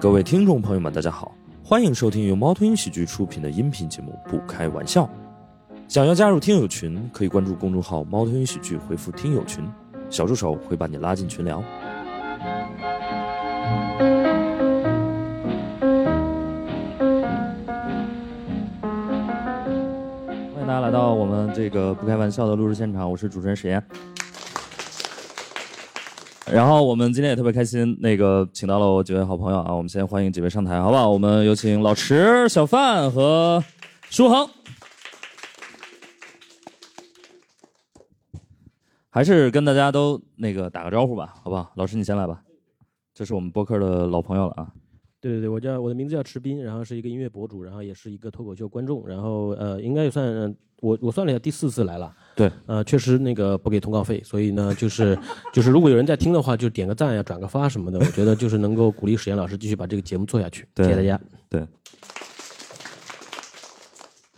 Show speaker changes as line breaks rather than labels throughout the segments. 各位听众朋友们，大家好，欢迎收听由猫头鹰喜剧出品的音频节目《不开玩笑》。想要加入听友群，可以关注公众号“猫头鹰喜剧”，回复“听友群”，小助手会把你拉进群聊。欢迎大家来到我们这个不开玩笑的录制现场，我是主持人沈岩。然后我们今天也特别开心，那个请到了我几位好朋友啊，我们先欢迎几位上台，好不好？我们有请老池、小范和舒恒。还是跟大家都那个打个招呼吧，好不好？老师你先来吧，这是我们播客的老朋友了啊。
对对对，我叫我的名字叫池斌，然后是一个音乐博主，然后也是一个脱口秀观众，然后呃，应该也算呃我我算了一下，第四次来了。
对，
呃，确实那个不给通告费，所以呢，就是就是如果有人在听的话，就点个赞呀、转个发什么的，我觉得就是能够鼓励史岩老师继续把这个节目做下去。谢
对
谢大家。
对，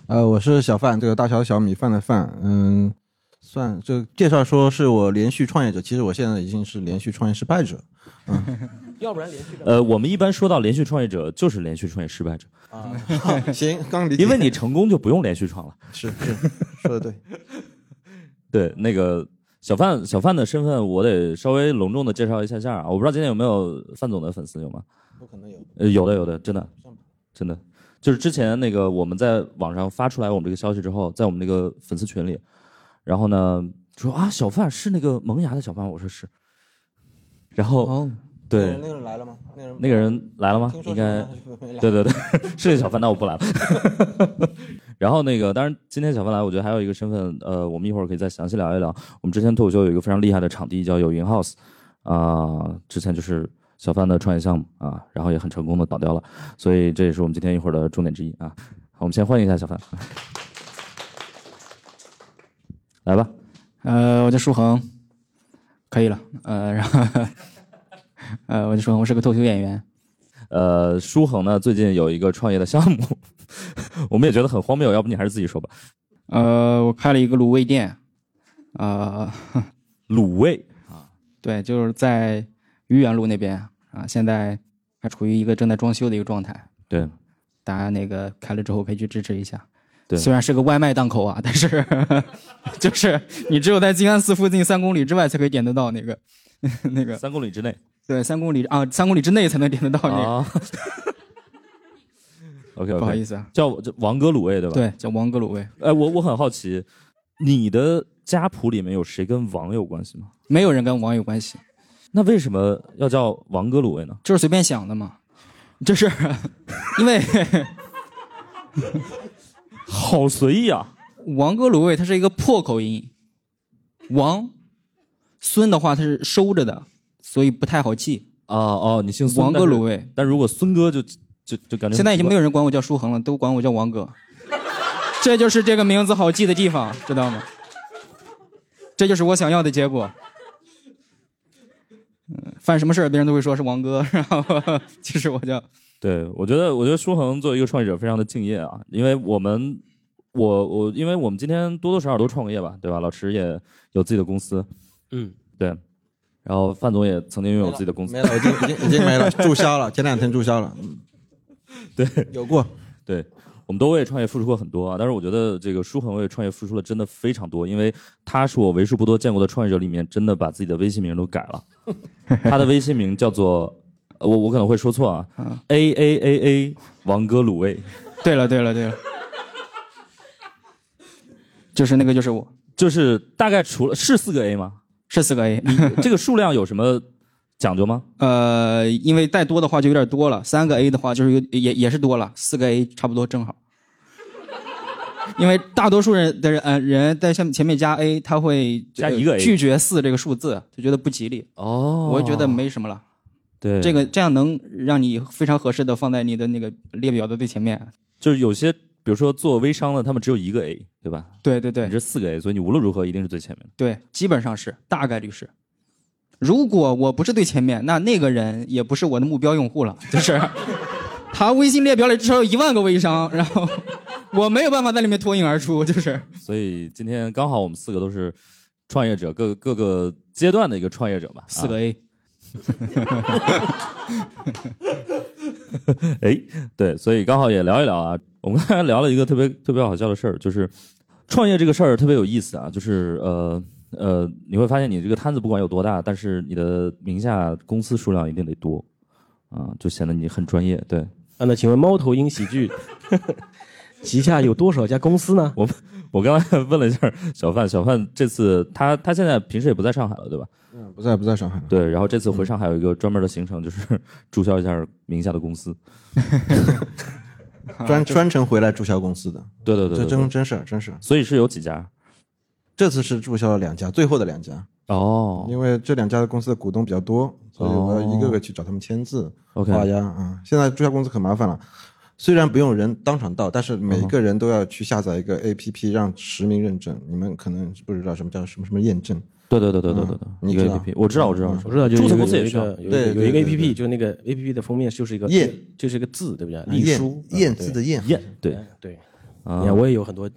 呃，我是小范，这个大小小米饭的饭，嗯，算就介绍说是我连续创业者，其实我现在已经是连续创业失败者，
嗯
要不然连续的
呃，我们一般说到连续创业者，就是连续创业失败者，
啊行，刚理解，
因为你成功就不用连续创了。
是是说的对，
对，那个小范小范的身份，我得稍微隆重的介绍一下下啊。我不知道今天有没有范总的粉丝有吗？
不可能有，
呃，有的有的，真的真的，就是之前那个我们在网上发出来我们这个消息之后，在我们那个粉丝群里，然后呢说啊，小范是那个萌芽的小范，我说是，然后、
哦，
对
那个人来了吗？那个人
那个人来了吗
听？说
应该。
没来，
对对对， 是小范，那我不来了。 然后那个，当然今天小范来，我觉得还有一个身份，呃，我们一会儿可以再详细聊一聊。我们之前脱口秀有一个非常厉害的场地叫有云 House，啊、之前就是小范的创业项目啊，然后也很成功的倒掉了，所以这也是我们今天一会儿的重点之一啊。好，我们先欢迎一下小范，来吧。
呃，我叫舒恒，可以了。呃，然后， 呃，我就说我是个脱口秀演员。
呃，舒恒呢最近有一个创业的项目， 我们也觉得很荒谬，要不你还是自己说吧。
呃，我开了一个卤味店，呃， 啊
卤味，
对，就是在愚园路那边啊，现在还处于一个正在装修的一个状态，
对，
大家那个开了之后可以去支持一下。
对
虽然是个外卖档口啊，但 是就是你只有在静安寺附近三公里之外才可以点得到那个 那个，
三公里之内。
对，三公里啊，三公里之内才能点得到那个。
啊。OK，, o k
不好意思啊，
叫我这王哥卤味对吧？。
对，叫王哥卤味，
哎，我我很好奇，你的家谱里面有谁跟王有关系吗？
没有人跟王有关系。
那为什么要叫王哥卤味呢？
就是随便想的嘛，就是 因为
好随意啊！
王哥卤味它是一个破口音，王孙的话它是收着的，所以不太好记。
啊哦，你姓孙，
王哥卤
味，
味，
但如果孙哥就就就感觉
现在已经没
有
有人管我叫舒恒了，都管我叫王哥，这就是这个名字好记的地方，知道吗？这就是我想要的结果。嗯，犯什么事儿别人都会说是王哥，然后 其实我叫
对，我觉得我觉得舒恒作为一个创业者非常的敬业啊，因为我们我我因为我们今天多多少少都创业吧，对吧？老池也有自己的公司，
嗯，
对，然后范总也曾经拥有自己的公司，嗯
没了，已经已经已经没 了，注销了，前两天注销了，对，有过，
对，我们都为创业付出过很多啊，但是我觉得这个舒恒为创业付出了真的非常多，因为他是我为数不多见过的创业者里面，真的把自己的微信名都改 了。他的微信名叫做，呃我我可能会说错啊，A A A A 王哥卤味，
对了对了对了，就是那个就是我。
就是大概除了是四个 A 吗？
是四个 A，
这个数量有什么讲究吗？
呃，因为再多的话就有点多了，三个 A 的话就是有也也是多了，四个 A 差不 多正好。因为大多数人的人，呃，人在下面前面加 A，他会
加
呃
一个 A
拒绝四这个数字，就觉得不吉利。
哦
我觉得没什么了，
对
这个这样能让你非常合适的放在你的那个列表的最前面。
就是有些，比如说做微商的，他们只有一个 A，对吧？
对对
你
对
这四个 A，所以你无论如何一定是最前面的。
对，基本上是，大概率是。如果我不是最前面，那那个人也不是我的目标用户了，就是他微信列表里至少有一万个微商，然后我没有办法在里面脱颖而出，就是
所以今天刚好我们四个都是创业者，各各个阶啊 段的一个创业者吧。
四
啊
个 A。
哎，对，所以刚好也聊一聊啊。我们刚才聊了一个特别特别好笑的事儿，就是创业这个事儿特别有意思啊。就是呃呃，你会发现你这个摊子不管有多大，但是你的名下公司数量一定得多啊、就显得你很专业。对
啊，那请问猫头鹰喜剧旗下有多少家公司呢？
我我刚才问了一下小范，小范这次他他现在平时也不在上海了，对吧？
嗯，不在不在上海了。
对，然后这次回上海有一个专门的行程，就是注销一下名下的公司。
专专程回来注销公司的，
对对对
这
对
真
对，
真事儿，真事儿。
所以是有几家
这次是注销了两家，最后的两家，
哦
因为这两家的公司的股东比较多，所以我要一个个去找他们签字、
，OK，
画押啊。现在注销公司可麻烦了，虽然不用人当场到，但是每
嗯
一个人都要去下载一个 APP 让实名认证。你们可能不知道什么叫什么什么验证，
对对对对对对
嗯
对，
你
一个
知道
APP，我知道我知道，
我知道，就是
注册
有
公司
有
也
一
需要
个有一
对
个有一个
对对
A
对
P P，就是那个 A P P 的封面就是一个
验，
就是一个字，对不
啊
对？隶
啊验
书
验字的验。嗯
验嗯对
嗯对，
啊
你看我也有很多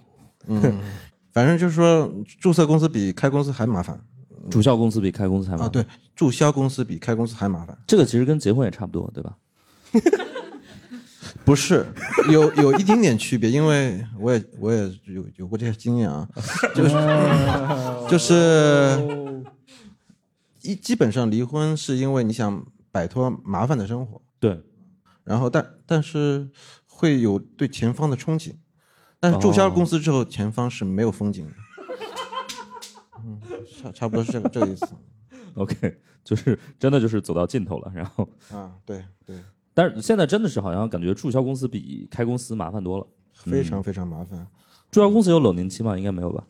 反正就是说，注册公司比开公司还麻烦
注销公司比开公司还
啊！
麻烦。
对，注销公司比开公司还麻烦。
这个其实跟结婚也差不多，对吧？
不是，有有一丁点区别，因为我也我也有有过这些经验啊，就是就是一基本上离婚是因为你想摆脱麻烦的生活，
对，
然后但但是会有对前方的憧憬，但是注
哦
销公司之后，前方是没有风景的。嗯，差差不多是这个这个意思
OK，就是真的就是走到尽头了。然后，
啊，对对，
但是现在真的是好像感觉注销公司比开公司麻烦多了。嗯
非常非常麻烦。
注销公司有冷凝期吗？应该没有吧？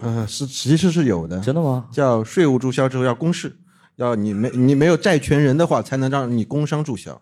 呃，是其实是有的，
真的吗？
叫税务注销之后要公示，要你没你没有债权人的话，才能让你工商注销。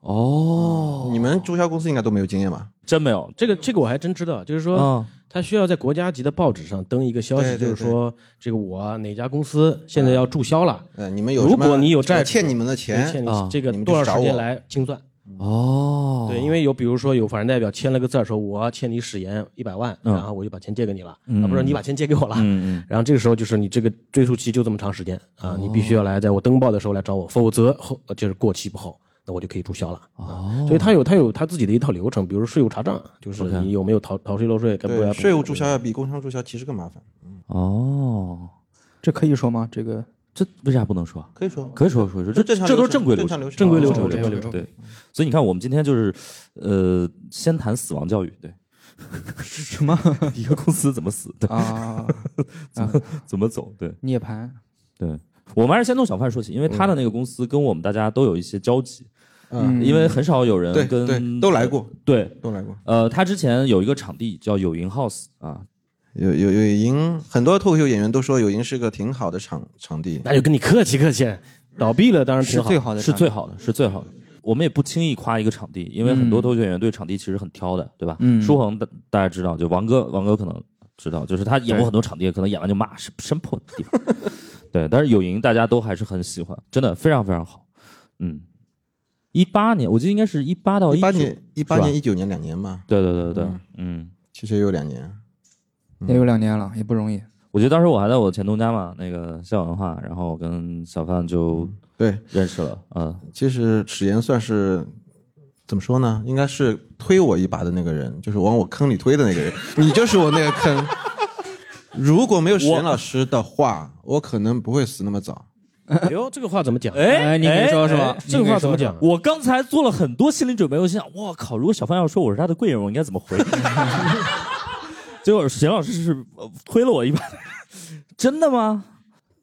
哦，
你们注销公司应该都没有经验吧？
真没有
这个这个我还真知道，就是说
啊
他需要在国家级的报纸上登一个消息，
对对
就是说这个我哪家公司现在要注销了，
呃，你们有
如
什么
果你有债
我欠
主
你们的
就欠
钱，
你
啊
这个
你们就
多少
找
时间
我
来清算？
哦，
对，因为有比如说有法人代表签了个字儿，说我欠你史岩一百万，
嗯
然后我就把钱借给你了，啊，不是你把钱借给我了，
嗯嗯
然后这个时候就是你这个追诉期就这么长时间啊，你必须
哦
要来在我登报的时候来找我，否则后呃就是过期不候，那我就可以注销了。
啊
哦，
所以他有他有他自己的一套流程，比如税务查账，就是你有没有逃逃税漏税，该不该
对，
补
税务注销要比工商注销其实更麻烦。
哦，
这可以说吗？这个
这为啥不能说啊？
可以说，
可以说说说，这
正常
这都
流
是
程
正规流
正
程
常流，程啊
正规流程
正
正规流程
对，所以你看，我们今天就是，呃，先谈死亡教育，对，
什么
一个公司怎么死，对，
啊？
怎么走，对
涅槃
对。我们还是先从小范说起，因为他的那个公司跟我们大家都有一些交集，
嗯，
因为很少有人
对
跟
对，都来过，
对，
都来过。
呃，他之前有一个场地叫友银 House 啊，
有有有营，很多脱口秀演员都说有营是个挺好的场场地。
那就跟你客气客气，倒闭了当然
是
挺好
最。好的
是
产品，
最好的，是最好的。我们也不轻易夸一个场地，因为很多脱口秀演员对场地其实很挑的，对吧？
嗯
舒恒大大家知道，就王哥，王哥可能知道，就是他演过很多场地，可能演完就骂什什么破地 方。对，但是有营大家都还是很喜欢，真的非常非常好。嗯，一八年，我记得应该是一八到
一
一
八年、一八年、
是
一九年两年吧，
对对对对，嗯，
其实也有两年。
也有两年了，也不容易。
我记得当时我还在我前东家嘛，那个校文化，然后我跟小范就
对，
认识了，嗯，
其实史岩算是怎么说呢？应该是推我一把的那个人，就是往我坑里推的那 个人。你就是我那个坑。如果没有史岩老师的话，我可能不会死那么早。
哎呦，这个话怎么讲？
哎
你可以说是吧？你
这个
可以
话怎么
说
讲？
我刚才做了很多心理准备，我心想，我靠，如果小范要说我是他的贵人，我应该怎么 回？结果沈老师是呃推了我一把， 真的吗？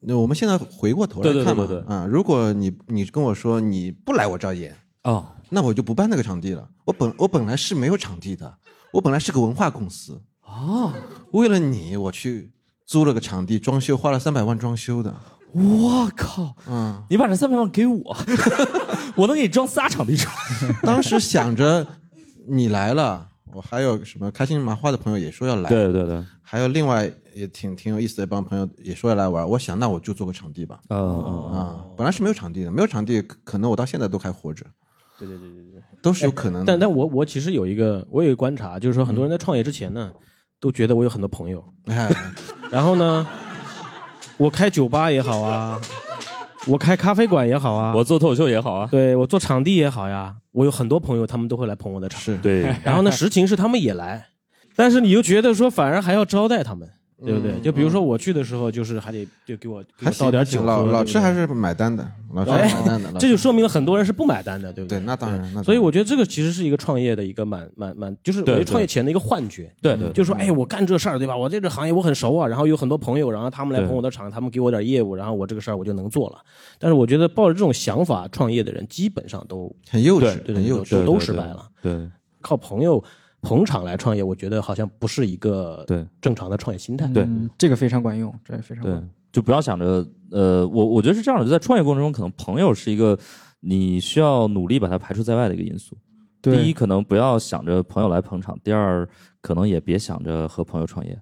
那我们现在回过头来
对对对
看嘛，
对对
啊，如果你你跟我说你不来我这儿演，
哦，
那我就不办那个场地了。我本我本来是没有场地的，我本来是个文化公司
哦，
为了你，我去租了个场地装修，花了三百万装修的。
我靠！
嗯，
你把这三百万 给我，我能给你装仨场地出来。
当时想着你来了，我还有什么开心麻花的朋友也说要来，
对对对，
还有另外也挺挺有意思的一帮朋友也说要来玩。我想那我就做个场地吧，
呃，
啊，本来是没有场地的，没有场地可可能我到现在都还活着，
对对对对对。
都是有可能的。
但但我我其实有一个我有一个观察，就是说很多人在创业之前呢，都觉得我有很多朋 友，
嗯哎，
然后呢，我开酒吧也好啊，我开咖啡馆也好啊，
我做脱口秀也好啊，
对我做场地也好呀，我有很多朋友，他们都会来捧我的场。
是
对
然后呢，实情是他们也来，但是你又觉得说，反而还要招待他们，对不对？就比如说我去的时候，就是还得就给我给
嗯还
我
行
倒点酒喝，
老老吃还
是
是买单的，老吃还
哎
是买单的，老
这
吃
就说明了很多人是不买单的，对不
对，
对？
那当然，那当然
所以我觉得这个其实是一个创业的一个蛮蛮蛮，就是我觉
对
得
对
创业前的一个幻觉。
对对，
就说哎，我干这事儿对吧？我这个行业我很熟啊，然后有很多朋友，然后他们来
对
捧我的场，他们给我点业务，然后我这个事儿我就能做了。但是我觉得抱着这种想法创业的人，基本上都
很幼
对
稚，
对
很
对
幼
都
稚。
都失败了。
对
靠朋友捧场来创业，我觉得好像不是一个
对
正常的创业心态。
对
嗯这个非常管用，这个非常管
对
用。，
就不要想着呃，我我觉得是这样的，就在创业过程中，可能朋友是一个你需要努力把它排除在外的一个因素。
对
第一，可能不要想着朋友来捧场；第二，可能也别想着和朋友创业。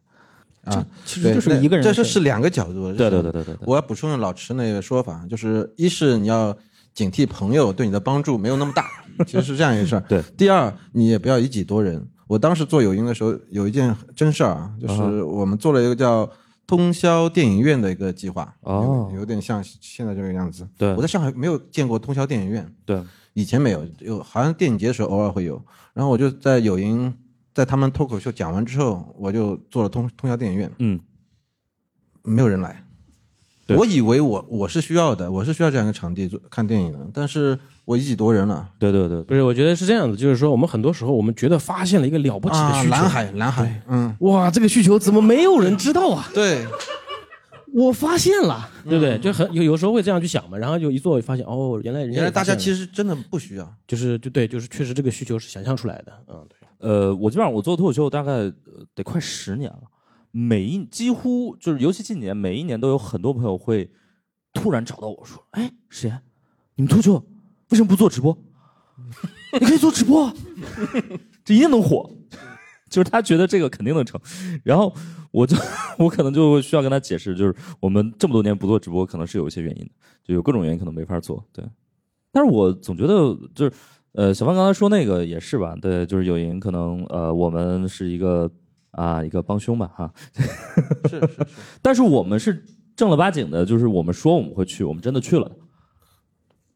啊，
其
对
实就是
那
一个人的
这
事
就
儿
是两个角度。
对
是
对对对对对，
我要补充老池那个说法，就是一是你要警惕朋友对你的帮助没有那么大，其实是这样一个事儿。
对。
第二，你也不要以己度人。我当时做有音的时候，有一件真事儿啊，就是我们做了一个叫“通宵电影院”的一个计划，
哦
有有点像现在这个样子。
对
我在上海没有见过通宵电影院，
对
以前没有，有好像电影节的时候偶尔会有。然后我就在有音，在他们脱口秀讲完之后，我就做了通通宵电影院，
嗯，
没有人来。
对
我以为我我是需要的，我是需要这样一个场地做看电影的，但是我以己度人了
对对对对
不是，我觉得是这样子，就是说我们很多时候我们觉得发现了一个了不起的
啊！
需求，
蓝海，蓝海，嗯，
哇，这个需求怎么没有人知道啊？
对，嗯
我发现了，对不对？就很有有时候会这样去想嘛，然后就一做发现，哦，原来人家
原来大家
实
其实真的不需要，
就是就对，就是确实这个需求是想象出来的，嗯，对，
呃，我基本上我做脱口秀大概呃得快十年了，每一几乎就是尤其近年，每一年都有很多朋友会突然找到我说：“哎，史岩，你们脱口秀为什么不做直播？你可以做直 播，啊，这一定能火。”
嗯
就是他觉得这个肯定能成，然后我就 我可能就会需要跟他解释，就是我们这么多年不做直播，可能是有一些原因的，就有各种原因可能没法做。对，但是我总觉得就是呃，小范刚才说那个也是吧？对，就是有人可能呃，我们是一个啊一个帮凶吧哈，
是是是，
但是我们是正儿八经的，就是我们说我们会去，我们真的去了。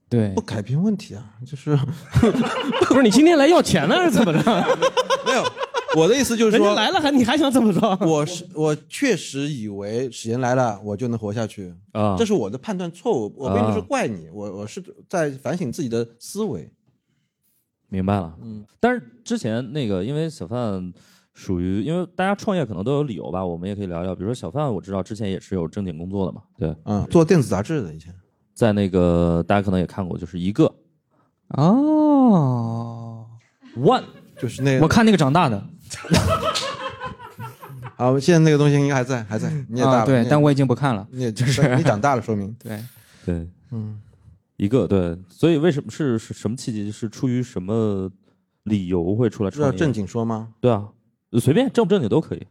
对
不，改变问题啊，就是
不是你今天来要哦钱呢，是怎么着？
没有我的意思就是
人家
说，
来了还你还想怎么着？
我是我确实以为时间来了我就能活下去
啊
这是我的判断错误，我并不是
啊
怪你，我我是在反省自己的思维，
明白了，嗯。但是之前那个，因为小范属于，因为大家创业可能都有理由吧，我们也可以聊一聊。比如说小范，我知道之前也是有正经工作的嘛，对，
嗯，做电子杂志的以前，
在那个大家可能也看过，就是一个
哦，
one，
就是那个
我看那个长大的
好，现在那个东西应该还在，还在，你也大了，
啊，对
你，也
但我已经不看了。
你也就是你长大了，说明
对，
对，
嗯，
一个对。所以为什么是是什么契机？是出于什么理由会出来
这要
创业？
正经说吗？
对啊，随便正不正经都可以。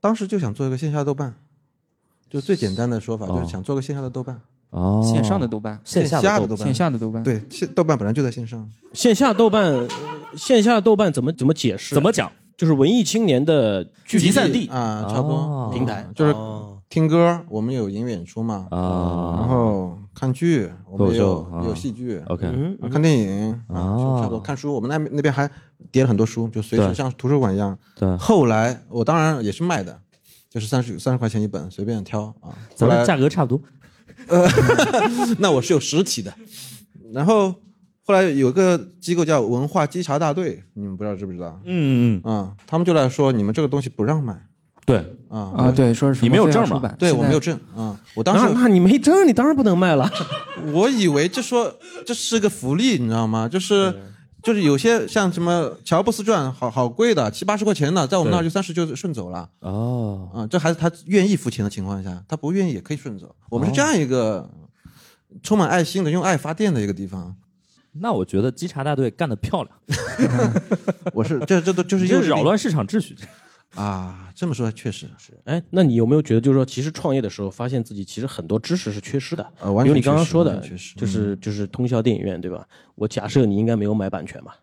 当时就想做一个线下豆瓣，就最简单的说法，就是想做个线下的豆瓣，
哦
线上的豆瓣，
线下
下
的
的豆
豆瓣
瓣，
哦线下的豆瓣，
对，线豆瓣本来就在线上，
线下豆瓣，呃线下豆瓣怎么怎么解释？
怎么讲？
就是文艺青年的聚
集散地
啊，差不
哦
多
平台，
就是
哦
听歌，我们有音乐演出嘛，
啊
然后看剧，我们也
脱
有
口秀啊
有戏剧，
OK，
嗯
啊看电影啊，
哦
就差不多看书，我们那那边还叠了很多书，就随
对
时像图书馆一样。
对，
后来我当然也是卖的，就是三十三十块钱一本，随便挑啊。
咱
后
们
来
价格差不多。
那我是有实体的。然后后来有个机构叫文化稽查大队，你们不知道知不知道？啊、
嗯嗯，
他们就来说你们这个东西不让卖
对，
啊、
啊，对，说是什么
你没有
非常
证吗
出版
对
现
我没有
在
证啊、我当
那
时
那你没证，你当然不能卖了。
我以为这说这是个福利，你知道吗？就是。就是有些像什么乔布斯传，好好贵的，七八十块钱的，在我们那儿就三十就顺走了。
哦，
啊、这还是他愿意付钱的情况下，他不愿意也可以顺走。我们是这样一个充满爱心的、用爱发电的一个地方。
那我觉得稽查大队干得漂亮，
我
哦
是这这都 就是
你这
又是
扰乱市场秩序。
啊，这么说确实是
哎，那你有没有觉得，就是说，其实创业的时候，发现自己其实很多知识是缺失的？
呃完
比如
全
你刚刚
缺失
说
完
的
全缺，失嗯
就是就是通宵电影院，对吧？我假设你应该没有买版权吧？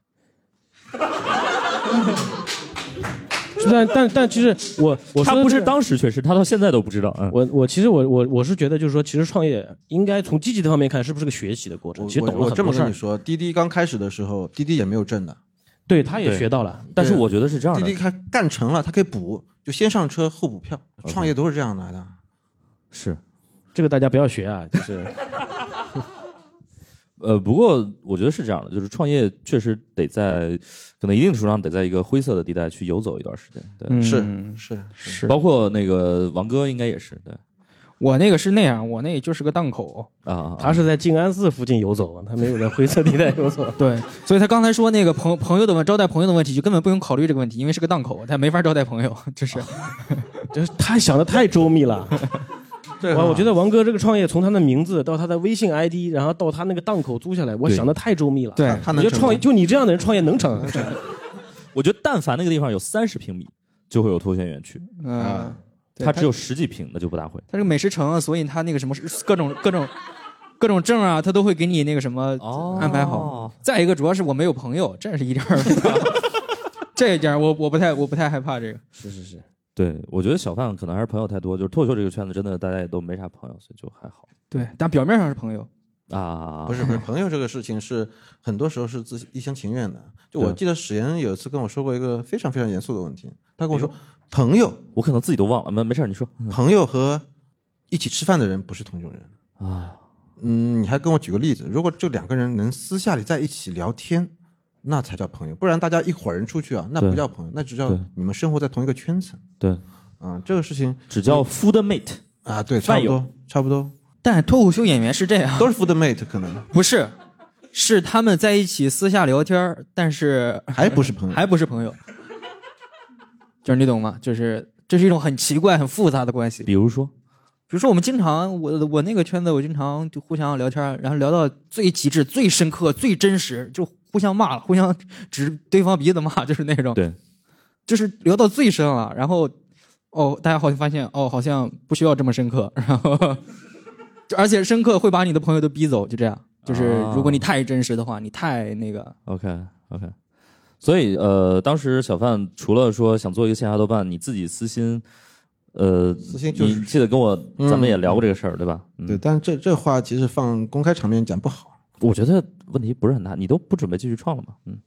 但但但其实我我
他
说的
不
这
是
个
当时确实，他到现在都不知道。嗯，
我我其实我我我是觉得就是说，其实创业应该从积极的方面看，是不是个学习的过程？
我
其实懂
我
了
我
很
这
多
么
事
跟
儿
你，说，滴滴刚开始的时候，滴滴也没有挣的，
对，他也
对
学到了。
但是我觉得是这样
滴
的
滴，开干成了，它可以补，就先上车后补票，创业都是这样来的。
是
这个大家不要学啊， 就是
呃，不过我觉得是这样的，就是创业确实得在可能一定程度上得在一个灰色的地带去游走一段时间。对，
是是是，
包括那个王哥应该也是对
我那个是那样，我那也就是个档口。
啊啊，啊
他是在静安寺附近游走啊，他没有在灰色地带游走。
对，所以他刚才说那个朋朋友的问招待朋友的问题，就根本不用考虑这个问题，因为是个档口，他没法招待朋友， 就是。
就是他想的太周密了。
啊
对
哇，我觉
得
得王哥这个创业，从他的名字到他的微信 ID，然后到他那个档口租下来，我
对
想的太周密了。
对
他
我
能
觉得
成
创业
功
就你这样的人创业能成？
我觉得但凡那个地方有三十平米，就会有头选园区，
嗯
啊，
对
它只有十几平，那就不大会。
它这个美食城啊，所以它那个什么各种各种各种证啊，它都会给你那个什么
哦
安排好。再一个，主要是我没有朋友，这是一点儿。 这一点儿我我不太我不太害怕这个。
是是是，
对，我觉得小范可能还是朋友太多，就是脱秀这个圈子真的大家也都没啥朋友，所以就还好
对，但表面上是朋友。
啊。
不是不是，朋友这个事情是很多时候是自己一厢情愿的。就我
对
记得史岩有一次跟我说过一个非常非常严肃的问题，他跟我说，朋友
哎我可能自己都忘了，没没事儿，你说嗯
朋友和一起吃饭的人不是同种人。
啊，
嗯，你还跟我举个例子，如果就两个人能私下里在一起聊天，那才叫朋友，不然大家一伙儿人出去啊，那不
对
叫朋友，那只叫
对
你们生活在同一个圈层。
对，
嗯，这个事情
只叫 food mate，
啊，对，差
饭
不
友
多，差不多，
但脱口秀演员是这样，
都是 food mate，可能
不是，是他们在一起私下聊天儿，但是
还不是朋友。
还不是朋友，就是你懂吗？就是这是一种很奇怪、很复杂的关系。
比如说
比如说，我们经常我我那个圈子，我经常就互相聊天儿，然后聊到最极致、最深刻、最真实，就互相骂了，互相 指对方鼻子骂，就是那种，
对，
就是聊到最深了。然后，哦，大家好像发现，哦，好像不需要这么深刻，然后，就而且深刻会把你的朋友都逼走，就这样。就是
啊
如果你太真实的话，你太那个，
OK OK，所以呃，当时小范除了说想做一个线下豆瓣，你自己私心，呃，
私心就是
你记得跟我
嗯
咱们也聊过这个事儿、对吧？嗯
对，，但这这话其实放公开场面讲不好。
我觉得问题不是很大，你都不准备继续创了嘛？嗯，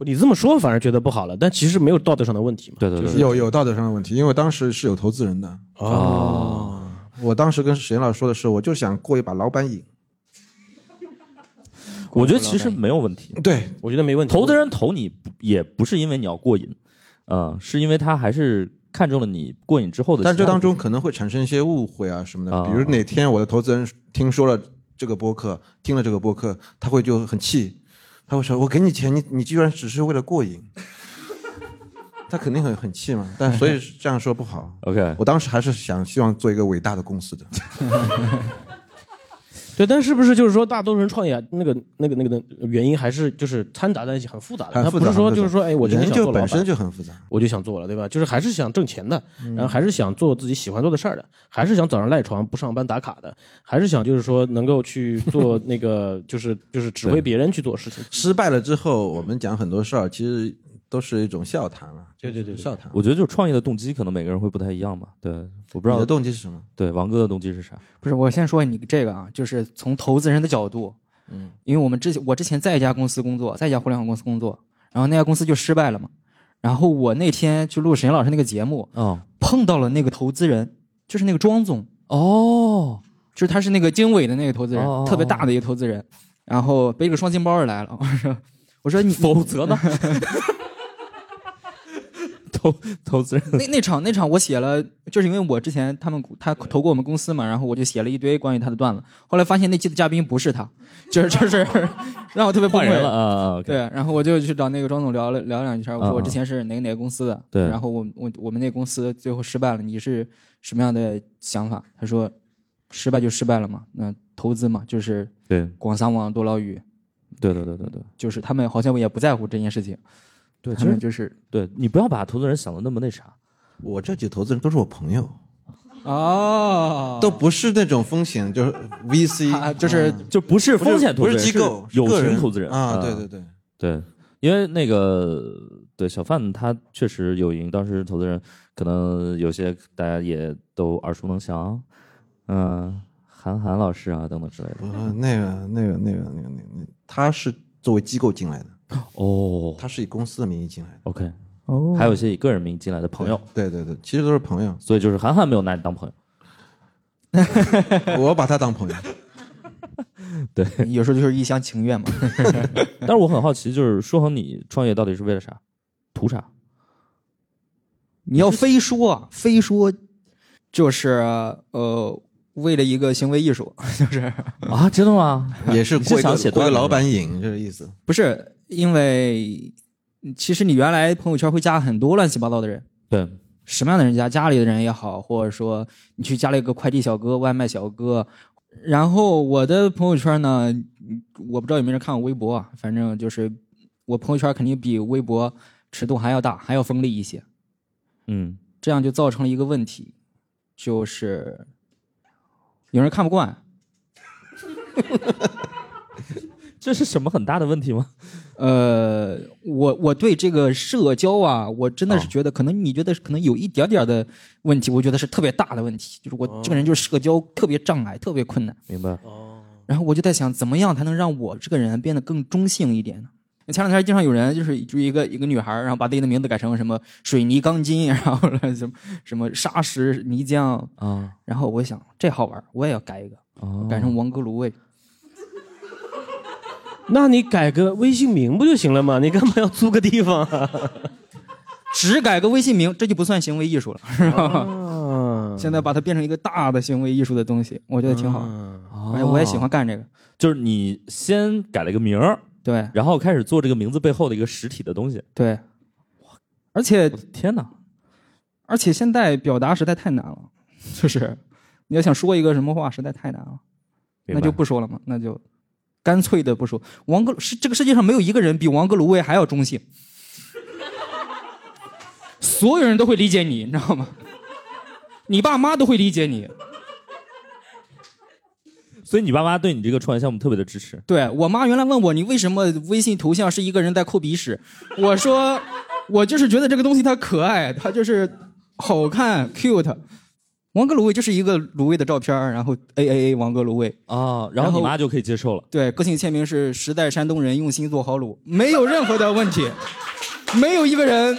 你这么说反而觉得不好了，但其实没有道德上的问题嘛。
对对对，
有有道德上的问题，因为当时是有投资人的。
哦，
我当时跟史岩老师说的是，我就想过一把老板瘾。
我觉得其实没有问题，
对，
我觉得没问题。
投资人投你不也不是因为你要过瘾，呃，是因为他还是看中了你过瘾之后的其他
但
的东西，
这当中可能会产生一些误会啊什么的，
啊
比如哪天我的投资人听说了这个播客，听了这个播客，他会就很气，他会说：“我给你钱，你你居然只是为了过瘾。” 他肯定很很气嘛，但所以这样说不好。
OK，
我当时还是想希望做一个伟大的公司的，
对，但是不是就是说大多数人创业那个那个那个的原因还是就是掺杂在一起很复杂的，
很
他
复
不
杂
是说
很复杂
就是说哎我今天
人
想做
就
老板
本身就很复杂。
我就想做了，对吧？就是还是想挣钱的，然后还是想做自己喜欢做的事儿的，还是想早上赖床不上班打卡的，还是想就是说能够去做那个，就是就是指挥别人去做事情。
失败了之后，我们讲很多事儿，其实都是一种笑谈了。
对对对对
笑谈。
我觉得就是创业的动机可能每个人会不太一样吧。对，我不知
你
道
的动机是什么？
对王哥的动机是啥。
不是，我先说你这个啊，就是从投资人的角度，
嗯，
因为我们之前我之前在一家公司工作，在一家互联网公司工作，然后那家公司就失败了嘛。然后我那天去录沈岩老师那个节目，
嗯，
碰到了那个投资人，就是那个庄总，
哦，
就是他是那个经纬的那个投资人，
哦哦哦
特别大的一个投资人，然后背着个双肩包儿来了。我说，我说你
否则呢？ 投投资人
那那场那场我写了，就是因为我之前他们他投过我们公司嘛，然后我就写了一堆关于他的段子。后来发现那期的嘉宾不是他，就是就是 让我特别崩
换
溃
人了啊啊啊！OK！
对，然后我就去找那个庄总聊了聊两圈，我
啊
说
啊
我之前是哪个哪个公司的，
对
然后我我我们那公司最后失败了，你是什么样的想法？他说，失败就失败了嘛，那投资嘛，就是
对
广撒网多捞鱼，
对对对对对
就是他们好像也不在乎这件事情，
对，其
他们
实
就是
对你不要把投资人想的那么那啥。
我这几个投资人都是我朋友，
哦
都不是那种风险，就是 VC，、
啊就是
就不是风险投
不
资人，啊
是机构，
有
个啊
群
人
投资人
啊，对对对，
对，因为那个对小范他确实有赢，当时投资人可能有些大家也都耳熟能详，嗯、韩寒老师啊等等之类的。
呃，那个那个那个那个那个那个，他是作为机构进来的，
哦
他是以公司的名义进来的。
，OK，
哦
还有一些以个人名义进来的朋友，，
对对对，其实都是朋友
所以就是韩寒没有拿你当朋友。
我把他当朋友。
有时候就是一厢情愿嘛。
但是我很好奇，就是说恒你创业到底是为了啥？图啥？
你要非说啊，非说，就是呃，为了一个行为艺术，就是
啊，真的吗？
也是
你是
过一
想
个
写
过一
段
个
子
老
吗
板瘾，这个意思。
不是因为，其实你原来朋友圈会加很多乱七八糟的人，
对，
什么样的人加，家里的人也好，或者说你去加了一个快递小哥、外卖小哥。然后我的朋友圈呢，我不知道有没有人看我微博啊，反正就是我朋友圈肯定比微博尺度还要大，还要锋利一些。
嗯，
这样就造成了一个问题，就是有人看不惯。
这是什么很大的问题吗？
呃，我我对这个社交啊，我真的是
哦
觉得，可能你觉得可能有一点点的问题，我觉得是特别大的问题，就是
哦
我这个人就是社交特别障碍，特别困难。
明白，
哦
然后我就在想，怎么样才能让我这个人变得更中性一点呢？前两天经常有人就是就一个一个女孩儿，然后把自己的名字改成什么水泥钢筋，然后了什么什么沙石泥浆，
啊
然后我想这好玩儿，我也要改一个，
哦
啊，
改成王哥芦苇。
那你改个微信名不就行了吗？你干嘛要租个地方啊？
只改个微信名，这就不算行为艺术了，是吧？
啊
现在把它变成一个大的行为艺术的东西，我觉得挺好。而且
哦
我也喜欢，干这个。
就是你先改了一个名儿，
对
然后开始做这个名字背后的一个实体的东西。
对，而且
我的天哪！
而且现在表达实在太难了，就是你要想说一个什么话，实在太难了，
明白
那就不说了嘛，那就干脆的不说。王哥是这个世界上没有一个人比王哥芦苇还要中性，所有人都会理解你，你知道吗？你爸妈都会理解你，
所以你爸妈对你这个创业项目特别的支持。
对我妈原来问我，你为什么微信头像是一个人在抠鼻屎？我说，我就是觉得这个东西它可爱，它就是好看 cute。王哥芦苇就是一个芦苇的照片儿，然后 A A A 王哥芦苇。
啊，
然
然
后
后你妈就可以接受了。
对，个性签名是时代山东人，用心做好卤，没有任何的问题，没有一个人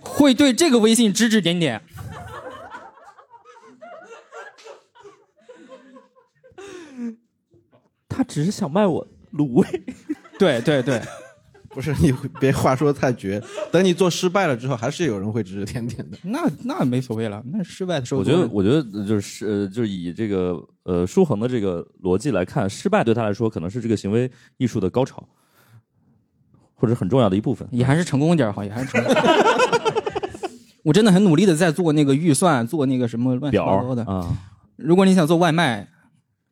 会对这个微信指指点点。
她只是想卖我卤 味。
对对对，
不是你别话说太绝，等你做失败了之后，还是有人会指指点点的。
那那没所谓了，那失败的时候
我觉得，我觉得就是呃，就是以这个呃舒恒的这个逻辑来看，失败对他来说可能是这个行为艺术的高潮，或者很重要的一部分。
也还是成功一点好，也还是成功。 我真的很努力的在做那个预算，做那个什么乱七
表
八糟的。
啊，
如果你想做外卖，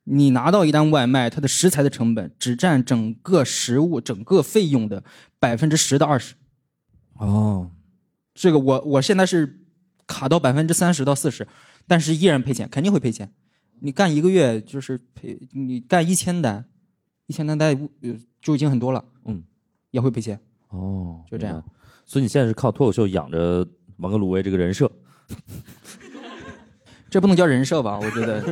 你拿到一单外卖，它的食材的成本只占整个食物整个费用的百分之十到二十。
哦，
这个我我现在是卡到百分之三十到四十，但是依然赔钱，肯定会赔钱。你干一个月就是赔，你干一千单，一千单单呃就已经很多了，
嗯，
也会赔钱。
哦，
就这样
明白。所以你现在是靠脱口秀养着王格鲁威这个人设，
这不能叫人设吧？我觉得。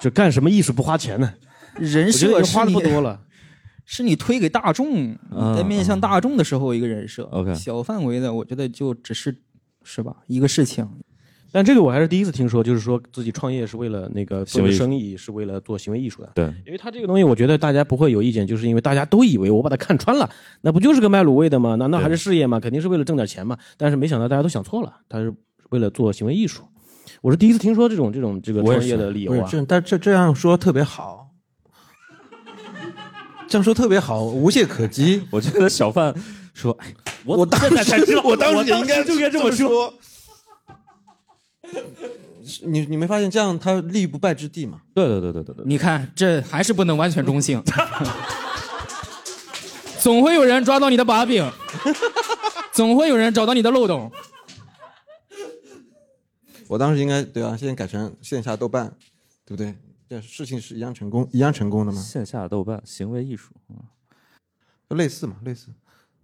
就干什么艺术不花钱呢？
人
我觉得
设
你
是
花的不
你
多了。
是你推给大众，
嗯
你在面向大众的时候一个人设。
OK
小范围的，我觉得就只是是吧？一个事情，
但这个我还是第一次听说，就是说自己创业是为了那个
行
做
为艺术
生意，是为了做行为艺术的。
对，
因为他这个东西，我觉得大家不会有意见，就是因为大家都以为我把它看穿了，那不就是个卖卤味的吗？那那还是事业嘛，肯定是为了挣点钱嘛。但是没想到大家都想错了，他是为了做行为艺术。我是第一次听说这种这种这个
我也
创业的理
不
由
是
啊。
这，但这这样说特别好，这样说特别好，无懈可击。
我觉得小范说，哎我
我当
现在才知
时
道，
我当
我
时也应该
就该这么说。
说。你你没发现这样他立于不败之地吗？
对对对对对对，
你看这还是不能完全中 性，总会有人抓到你的把柄，总会有人找到你的漏洞。
我当时应该对啊，现在改成线下豆瓣，对不对？对，事情是一样成功，一样成功的吗？
线下豆瓣行为艺术，
就类似嘛，类似。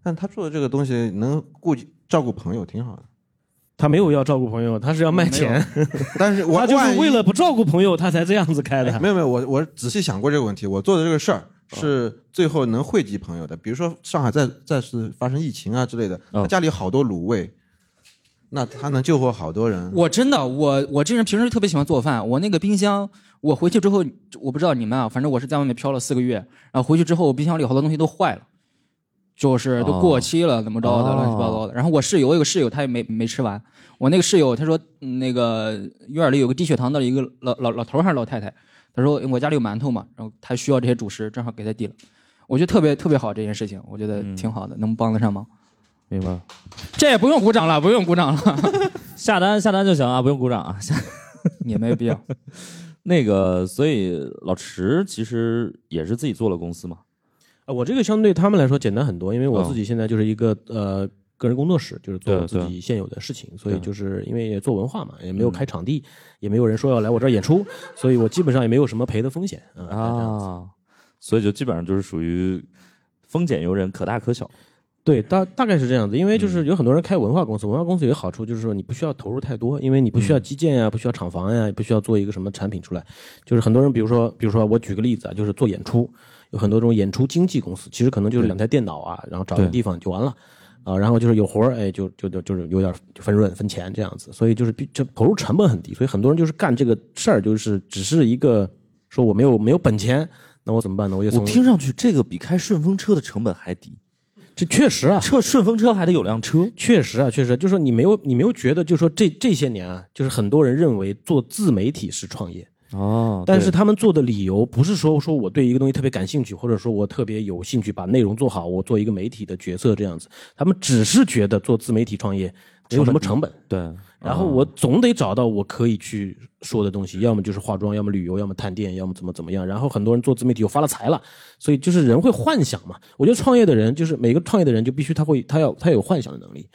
但他做的这个东西能顾及照顾朋友，挺好的。
他没有要照顾朋友，他是要卖钱，
但是我
他就
万一
是
哎
为了不照顾朋友，他才这样子开的。哦
没有没有，我我仔细想过这个问题，我做的这个事儿是最后能惠及朋友的。比如说上海再再次发生疫情啊之类的，
哦
他家里好多卤味，那他能救活好多人。
我真的，我我这人平时特别喜欢做饭，我那个冰箱，我回去之后，我不知道你们啊，反正我是在外面漂了四个月，然后回去之后，我冰箱里好多东西都坏了，就是都过期了，怎么着的，
哦
乱七八糟的。然后我室友，我有个室友，他也没没吃完。我那个室友他说，嗯那个院里有个低血糖的一个老老老头儿还是老太太，他说我家里有馒头嘛，然后他需要这些主食，正好给他递了。我觉得特别特别好这件事情，我觉得挺好的，能帮得上忙。
嗯明白？
这也不用鼓掌了，不用鼓掌了，
下单下单就行啊，不用鼓掌啊。下
也没必要。
那个，所以老池其实也是自己做了公司嘛。
啊，我这个相对他们来说简单很多，因为我
嗯
自己现在就是一个、呃个人工作室，就是做
对
我自
对
己现有的事情，所以
对嗯
就是因为也做文化嘛，也没有开场地，也没有人说要来我这儿演出，所以我基本上也没有什么赔的风险啊。这样子
啊，所以就基本上就是属于风险由人，可大可小。嗯
对，大大概是这样子，因为就是有很多人开文化公司，文化公司有个好处就是说你不需要投入太多，因为你不
嗯
需要基建呀、不需要厂房呀、也不需要做一个什么产品出来。就是很多人，比如说，比如说我举个例子啊，就是做演出，有很多种演出经纪公司，其实可能就是两台电脑啊，然后找个
对
地方就完了。啊，然后就是有活儿，哎，就就就就是有点儿就分润分钱这样子，所以就是必这投入成本很低，所以很多人就是干这个事儿，就是只是一个说我没有没有本钱，那我怎么办呢？我就
我
从
听上去这个比开顺风车的成本还低，
这确实啊，
这顺风车还得有辆车。
确实啊，确实，就是说你没有，你没有觉得，就是说这这些年啊，就是很多人认为做自媒体是创业，
哦
但是他们做的理由不是说说我对一个东西特别感兴趣，或者说我特别有兴趣把内容做好，我做一个媒体的角色这样子，他们只是觉得做自媒体创业没有什么成本，
对，
然后我总得找到我可以去说的东西，要么就是化妆，要么旅游，要么探店，要么怎么怎么样。然后很多人做自媒体又发了财了，所以就是人会幻想嘛。我觉得创业的人就是每个创业的人就必须他会他要他有幻想的能力。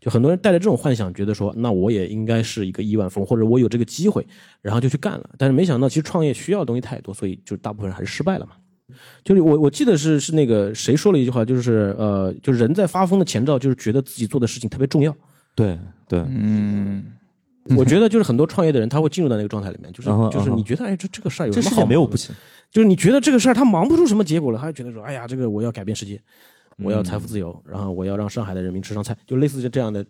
就很多人带着这种幻想，觉得说那我也应该是一个亿万富翁，或者我有这个机会，然后就去干了。但是没想到其实创业需要的东西太多，所以就大部分人还是失败了嘛。就是我我记得是是那个谁说了一句话，就是呃，就是人在发疯的前兆就是觉得自己做的事情特别重要。
对对，
嗯，
我觉得就是很多创业的人，他会进入到那个状态里面，就是
嗯哼
就是
嗯哼
你觉得哎这这个事儿有
这
什么
世
好
界
忙
没有
的
不，行。
就是你觉得这个事儿他忙不出什么结果了，他就觉得说哎呀这个我要改变世界，我要财富自由，然后我要让上海的人民吃上菜，就类似这样的。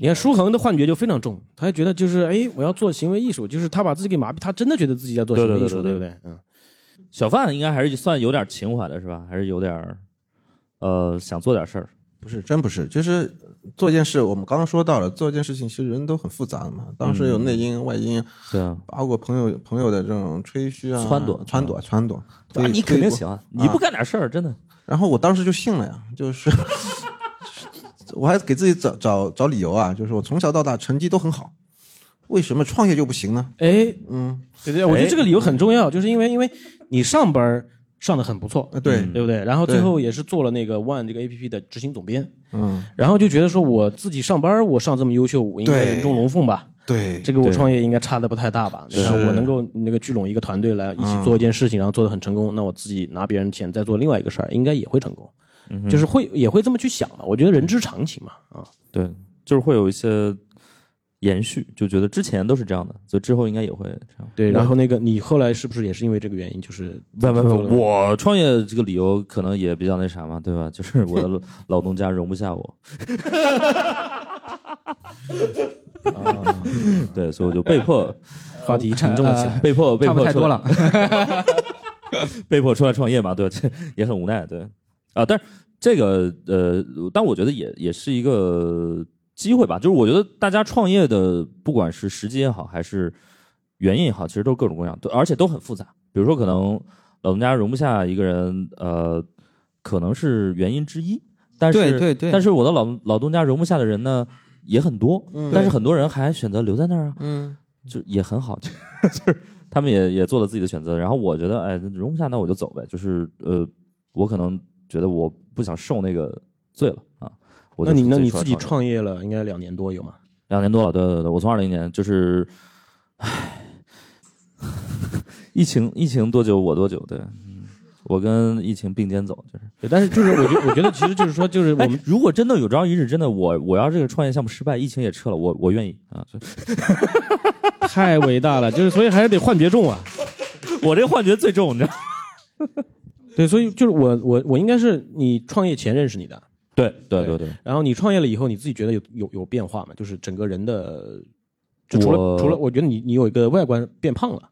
你看舒恒的幻觉就非常重，他觉得就是哎我要做行为艺术，就是他把自己给麻痹，他真的觉得自己在做
对
行为
对
艺术，
对
对
对
不对？嗯，
小范应该还是算有点情怀的是吧？还是有点儿呃想做点事儿。
不是，真不是，就是做一件事，我们刚刚说到了，做一件事情其实人都很复杂的嘛。当时有内因、外因，
嗯对啊，
包括朋友朋友的这种吹嘘啊、
撺掇
撺掇、撺掇。所
啊
以
你肯定
所以啊
行啊，你不干点事儿真的。
然后我当时就信了呀，就是 我还给自己找找找理由啊，就是我从小到大成绩都很好，为什么创业就不行呢？
哎，
嗯，
对对，我
哎
觉得这个理由很重要，就是因为因为你上班儿上的很不错，嗯
呃，
嗯
对，
对不对？然后最
对
后也是做了那个 One 这个 A P P 的执行总编，
嗯，
然后就觉得说我自己上班儿我上这么优秀，我应该
对
人中龙凤吧？
对，
这个我创业应该差的不太大吧？你看
是
我能够那个聚拢一个团队来一起
嗯
做一件事情，然后做的很成功，那我自己拿别人钱再做另外一个事儿，应该也会成功。
嗯
就是会也会这么去想嘛，我觉得人之常情嘛，啊，
对，就是会有一些延续，就觉得之前都是这样的，所以之后应该也会这样。
对。然后那个你后来是不是也是因为这个原因，就是
不不
做了
不，我创业这个理由可能也比较那啥嘛，对吧？就是我的 老东家容不下我， 对，所以我就被迫
话题沉重了起来？
被迫被
差不
迫
太
出
多
来
了。
被迫出来创业嘛，对，这也很无奈，对，啊，但是这个呃，但我觉得也也是一个机会吧，就是我觉得大家创业的，不管是时机也好，还是原因也好，其实都是各种各样，都而且都很复杂。比如说，可能老东家容不下一个人，呃，可能是原因之一，但是
对对对
但是我的老老东家容不下的人呢也很多，
嗯
但是很多人还选择留在那儿啊，
嗯，
就也很好， 就是他们也也做了自己的选择。然后我觉得，哎，容不下那我就走呗。就是呃，我可能觉得我不想受那个罪了啊。我
那
就
你
出
那
来
你自己
业
创业了，应该两年多有吗？
两年多了，对对对，我从二零年就是，唉，疫情疫情多久我多久，对，我跟疫情并肩走，就是。
对，但是就是我觉得我觉得其实就是说就是我
哎
们，
如果真的有朝一日真的我我要这个创业项目失败，疫情也撤了，我我愿意啊！
太伟大了，就是所以还是得换别重啊。
我这幻觉最重，你知道？
对，所以就是我我我应该是你创业前认识你的，
对对对对，
然后你创业了以后，你自己觉得有有有变化吗？就是整个人的，就除了
我
除了，我觉得你你有一个外观变胖了，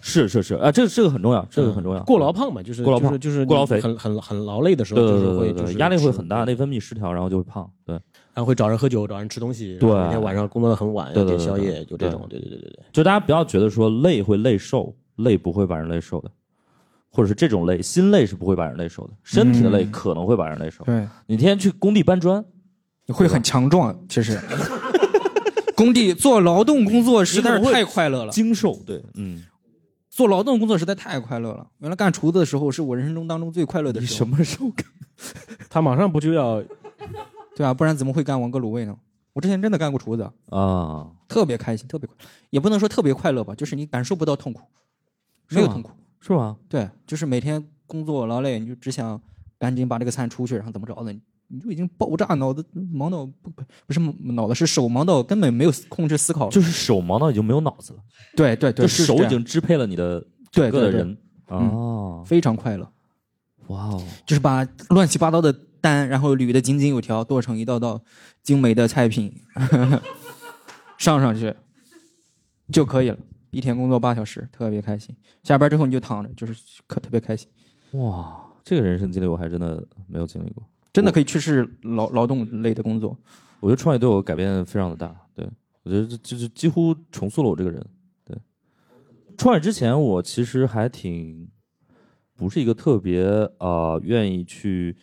是是是啊，这个这个很重要，这个很重要。
嗯过劳胖嘛，就是
过劳
就
胖
是就是
过劳
你
肥
很很很劳累的时
对
候，就
对
是
对
会
对
就是
对，压力会
吃
很大，内分泌失调，然后就会胖。对，
然后会找人喝酒，找人吃东西，
对
每天晚上工作的很晚，
对
啊要
对
点
对
宵
对
夜，有这种，对对对对对。
就大家不要觉得说累会累瘦，累不会把人累瘦的，或者是这种累，心累是不会把人累瘦的，身体的累
嗯
可能会把人累瘦。
对，
你天天去工地搬砖，
你会很强壮，其实。工地做劳动工作实在是太快乐了，
精瘦，对，嗯，
做劳动工作实在太快乐了。原来干厨子的时候是我人生中当中最快乐的时候，
么时候
他马上不就要
对啊，不然怎么会干王哥卤味呢？我之前真的干过厨子，
啊？
特别开心，特别快，也不能说特别快乐吧，就是你感受不到痛苦，
是
没有
吗
痛苦。
是吗？
对，就是每天工作劳累，你就只想赶紧把这个餐出去，然后怎么着的，你就已经爆炸，脑子忙到不不是脑子是手忙到根本没有控制思考了。
就是手忙到已经没有脑子了，
对对对，
就是手
这
已
样
经支配了你的整
对
个
对
的
对嗯
人。哦，
非常快乐，
哇哦，
就是把乱七八糟的单，然后捋得井井有条，剁成一道道精美的菜品， 上上去就可以了。一天工作八小时，特别开心。下班之后你就躺着，就是可特别开心，
哇，这个人生经历我还真的没有经历过。
真的可以去试劳劳动类的工作。
我觉得创业对我改变非常的大，对我觉得这就是几乎重塑了我这个人。对，创业之前我其实还挺不是一个特别啊、呃愿意去，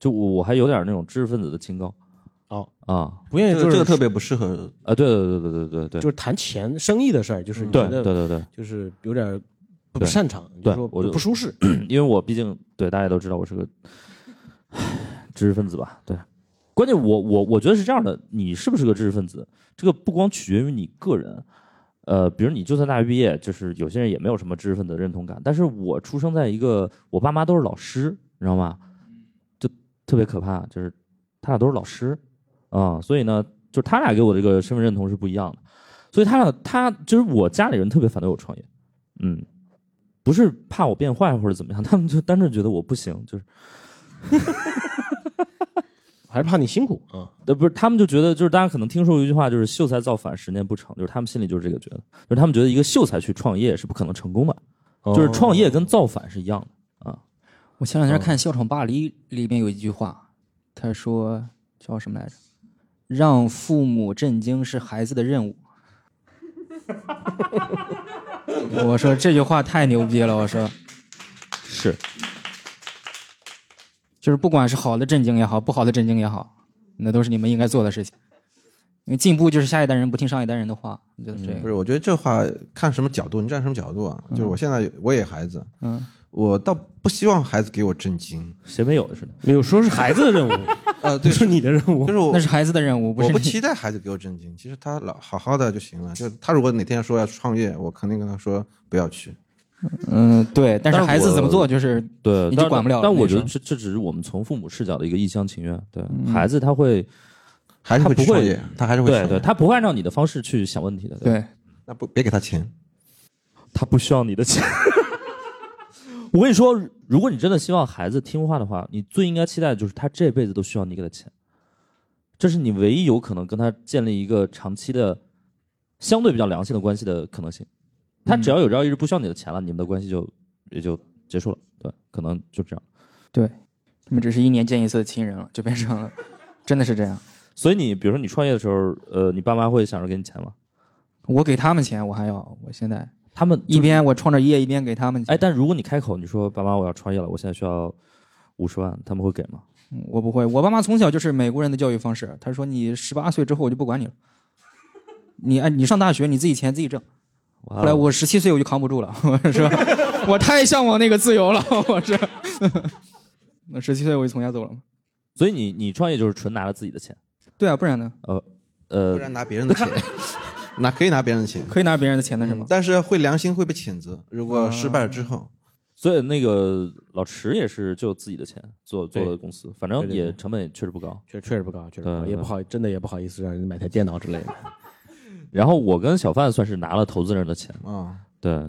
就我我还有点那种知识分子的清高。
哦
啊
不愿意
这
就
个
是
这个特别不适合
啊，对对对对对对对
就是谈钱生意的事儿，就是你觉
对
得
对对对，
就是有点不
对
擅长，
对
就是说
我就
不舒适。
因为我毕竟对大家都知道我是个 唉知识分子吧，对。关键我我我觉得是这样的，你是不是个知识分子，这个不光取决于你个人，呃，比如你就算大学毕业，就是有些人也没有什么知识分子的认同感，但是我出生在一个我爸妈都是老师，你知道吗？就特别可怕，就是他俩都是老师啊、所以呢，就是他俩给我这个身份认同是不一样的，所以他俩他就是我家里人特别反对我创业，嗯，不是怕我变坏或者怎么样，他们就单纯觉得我不行，就是
还是怕你辛苦啊。
呃不是，他们就觉得就是大家可能听说过一句话，就是秀才造反十年不成，就是他们心里就是这个觉得，就是他们觉得一个秀才去创业是不可能成功的，
哦
就是创业跟造反是一样的。啊
啊我前两天看《笑场巴黎》里面有一句话，他说叫什么来着？让父母震惊是孩子的任务。我说这句话太牛逼了！我说，
是，
就是不管是好的震惊也好，不好的震惊也好，那都是你们应该做的事情。因为进步就是下一代人不听上一代人的话，我觉
嗯
得这
不
个，
是，我觉得这话看什么角度，你站什么角度啊？
嗯
就是我现在我也孩子，
嗯，
我倒不希望孩子给我震惊。
谁没有的似的。
没有说是孩子的任务，
呃，
不
对，
是你的任务
就。是我
那是孩子的任务，不
我
是
不
你。
期待孩子给我震惊，其实他老好好的就行了。就他如果哪天说要创业，我肯定跟他说不要去。
嗯，对，但是
但是
孩子
我
怎么做就是
对，
你就
但
管不了了
但
那嗯
我
个
觉得
时候
这这只是我们从父母视角的一个一厢情愿。对、孩子他会，
还是
他
会
不
去创
会
业，他还是会创
对
业。
对，他不会按照你的方式去想问题的。对
对，
那不别给他钱，
他不需要你的钱。 我跟你说，如果你真的希望孩子听话的话，你最应该期待的就是他这辈子都需要你给他钱，这是你唯一有可能跟他建立一个长期的、相对比较良性的关系的可能性。他只要有朝一日不需要你的钱了，你们的关系就也就结束了。对，可能就这样。嗯
你们只是一年见一次的亲人了，就变成了，真的是这样。
所以你比如说你创业的时候，呃，你爸妈会想着给你钱吗？
我给他们钱，我还要，我现在
他们
一边我创着业，一边给他们钱。
哎，但如果你开口你说爸妈我要创业了，我现在需要五十万，他们会给吗？
嗯我不会，我爸妈从小就是美国人的教育方式，他说你十八岁之后我就不管你了，你哎你上大学你自己钱自己挣。
后
后来我十七岁我就扛不住了，我 说我太向往那个自由了，我说， 那十七岁我就从家走了嘛。
所以你你创业就是纯拿了自己的钱，
对啊，不然呢？
呃
不。然拿别人的钱。拿可以拿别人的钱，
可以拿别人的钱的是吗？
嗯但是会良心会被谴责，如果失败了之后，
啊所以那个老池也是就自己的钱做做的公司，反正也成本也确实不高。
确确实不高，确实不高，
对
也不好，真的也不好意思让人买台电脑之类的。
然后我跟小范算是拿了投资人的钱，
啊，
对，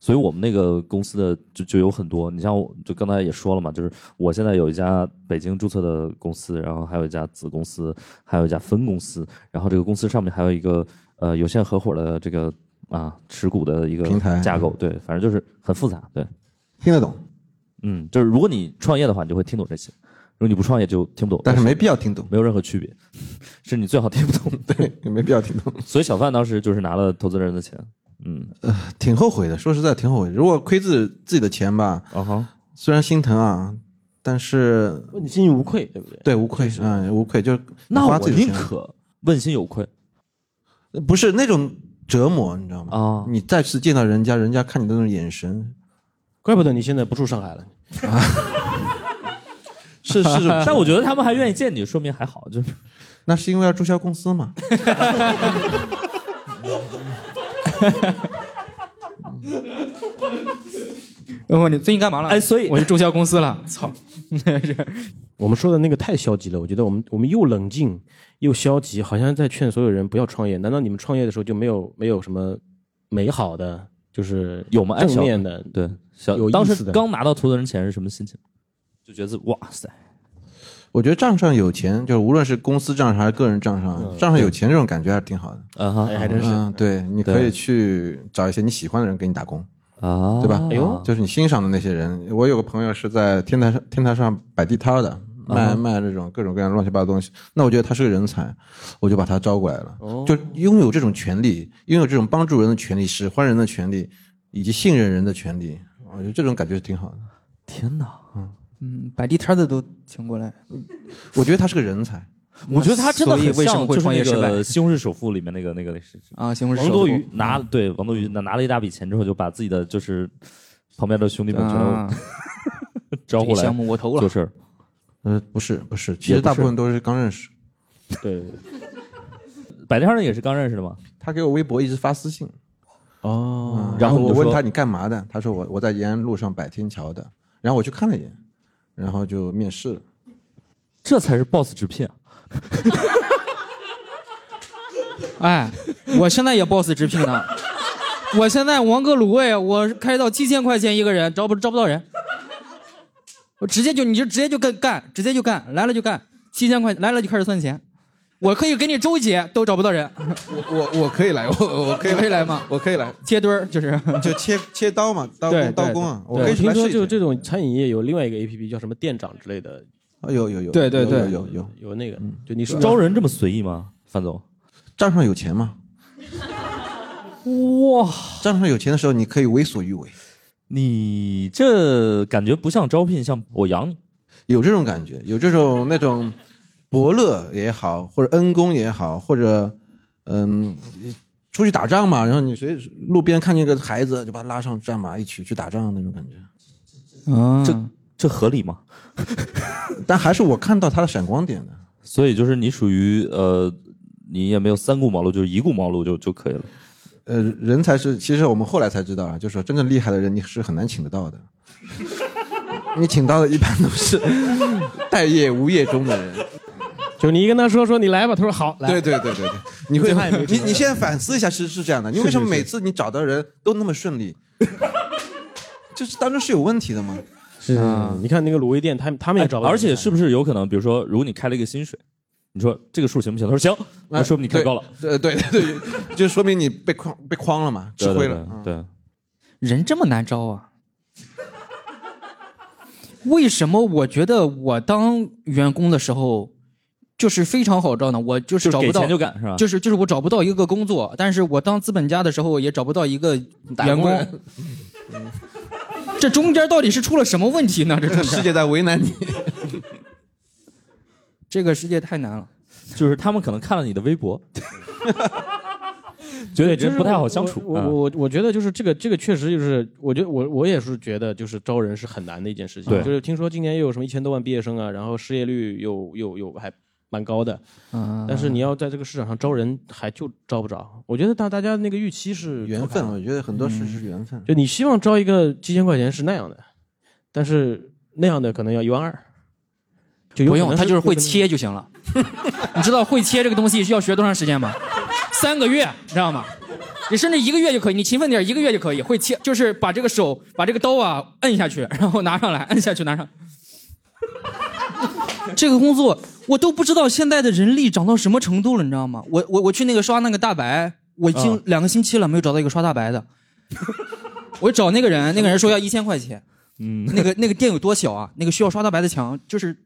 所以我们那个公司的就就有很多，你像我就刚才也说了嘛，就是我现在有一家北京注册的公司，然后还有一家子公司，还有一家分公司，然后这个公司上面还有一个呃有限合伙的这个啊持股的一个
平台
架构，对，反正就是很复杂，对，
听得懂，
嗯，就是如果你创业的话，你就会听懂这些；如果你不创业就听不懂，
但是没必要听懂，
没有任何区别，是你最好听不懂。
对，也没必要听懂，
所以小范当时就是拿了投资人的钱，嗯，
呃挺后悔的，说实在挺后悔。如果亏自自己的钱吧，
啊哈，
虽然心疼啊，但是
问心无愧，对不对？
对无愧，嗯，无愧就是
那
花
我
自己
宁
的钱
可问心有愧
不是那种折磨，你知道吗？
啊，
你再次见到人家，人家看你的那种眼神，
怪不得你现在不住上 海了。
是是种，
但我觉得他们还愿意见你，说明还好，就是
那是因为要注销公司 嘛。
我问你最近干嘛了？
哎所以
我去注销公司了。操，
我们说的那个太消极了，我觉得我们我们又冷静又消极，好像在劝所有人不要创业。难道你们创业的时候就没有没有什么美好的，就是
有吗哎
正
小
面的，
对小
有意思的
当时刚拿到投资人钱是什么心情？就觉得哇塞，
我觉得账上有钱，就是无论是公司账上还是个人账上，账上有钱这种感觉还是挺好的。
嗯啊哈，
哎，还真是。
嗯，对，你可以去找一些你喜欢的人给你打工，
啊，
对吧？
哎呦，
就是你欣赏的那些人。我有个朋友是在天台上天台上摆地摊的，
啊
卖卖这种各种各样乱七八糟的东西。那我觉得他是个人才，我就把他招过来了。
哦
就拥有这种权利，拥有这种帮助人的权利、使唤人的权利，以及信任人的权利，我觉得这种感觉挺好的。
天哪！
嗯，摆地摊的都请过来，
我觉得他是个人才。
我觉得他真的
所以
很
为什么
像，就
会
是
创业
那
失败
个《西红柿首富》里面那个那个那是
啊？行，我是
王
首
多
富
鱼拿对王多鱼拿拿了一大笔钱之后，就把自己的就是旁边的兄弟们全
啊
都， 招
这
过
个项
来
目我投
做
了。
事儿。
呃，不是不是，其
也
实
不
大部
是
分都是刚认识。
对，
摆地摊儿的也是刚认识的吗？
他给我微 博一直发私信，嗯
哦，
然后
我
你就
问
说
他你干嘛的，他说我我在延安路上摆天桥的，然后我去看了一眼，然后就面试了。
这才是 boss 直聘啊。
哎，我现在也 boss 直聘呢。我现在王哥卤味，我开到七千块钱一个人，招不招不到人？我直接就你就直接就干干，直接就干，来了就干，七千块来了就开始算钱。我可以给你周结，都找不到人，
我我我可以来，我我可以
可以来吗？
我可以来，
接墩儿就是。
就切切刀嘛，刀
对
工刀
对
工啊，我
对
可以去
听
来试
说
一
就
试。
这种餐饮业有另外一个 A P P 叫什么店长之类的，
啊有有有，嗯
对对
有
对
有有有，
有那个，就你是
招人这么随意吗，范总？
账上有钱嘛，
哇，
账上有钱的时候你可以为所欲为，
你这感觉不像招聘，像我养你。
有这种感觉，有这种那种伯乐也好，或者恩公也好，或者嗯。出去打仗嘛，然后你随路边看见个孩子，就把他拉上战马一起去打仗那种感觉。
啊，
这这合理吗？
但还是我看到他的闪光点的。
所以就是你属于呃，你也没有三顾茅庐，就是一顾茅庐就就可以了。
呃，人才是，其实我们后来才知道啊，就是说真正厉害的人，你是很难请得到的。你请到的一般都是 待业无业中的人。
就你一跟他说说你来吧，他说好来，
对对对对对，你会
最怕也没
你
请
你现在反思一下是是这样的，你为什么每次你找到人都那么顺利？ 就是当中是有问题的 吗？
是是是，你看那个卤味店，他们他们也
哎
找不到人
而
才，
且是不是有可能，比如说，如果你开了一个薪水，你说这个数行不行？他说行，那说明你开高了，
啊对呃对对对，就说明你被框被框了嘛，吃
对
亏
对
了。
对
嗯
对，
人这么难招啊？为什么我觉得我当员工的时候就是非常好招呢？我就是
就是
找不
给
到，
钱就干是吧？
就是就是我找不到一个工作，但是我当资本家的时候也找不到一个员
工
工
人。
这中间到底是出了什么问题呢？这 中
世
间
界在为难你。
这个世界太难了。
就是他们可能看了你的微博，觉得
对，
你这人不太好相处。
我我
嗯
我我觉得就是这个这个确实就是，我觉得我我也是觉得就是招人是很难的一件事情。
对
就是听说今年又有什么一千多万毕业生啊，然后失业率又又又还蛮高的，
嗯
嗯但是你要在这个市场上招人，还就招不着。我觉得大大家那个预期是
缘分，
啊
我觉得很多事是缘分。
就你希望招一个七千块钱是那样的，但是那样的可能要一万二，就有
不
可
用，
能
他就是
有
会
可能
切就行了。 你知道会切这个东西需要学多长时间吗？三个月，知道吗？你甚至一个月就可以，你勤奋点，一个月就可以会切，就是把这个手把这个刀啊摁下去，然后拿上来，摁下去拿上。 这个工作我都不知道现在的人力涨到什么程度了，你知道吗？我我我去那个刷那个大白，我已经
啊
两个星期了没有找到一个刷大白的。 我找那个人，那个人说要一千块钱。
嗯，
那个那个店有多小啊？那个需要刷大白的墙，就是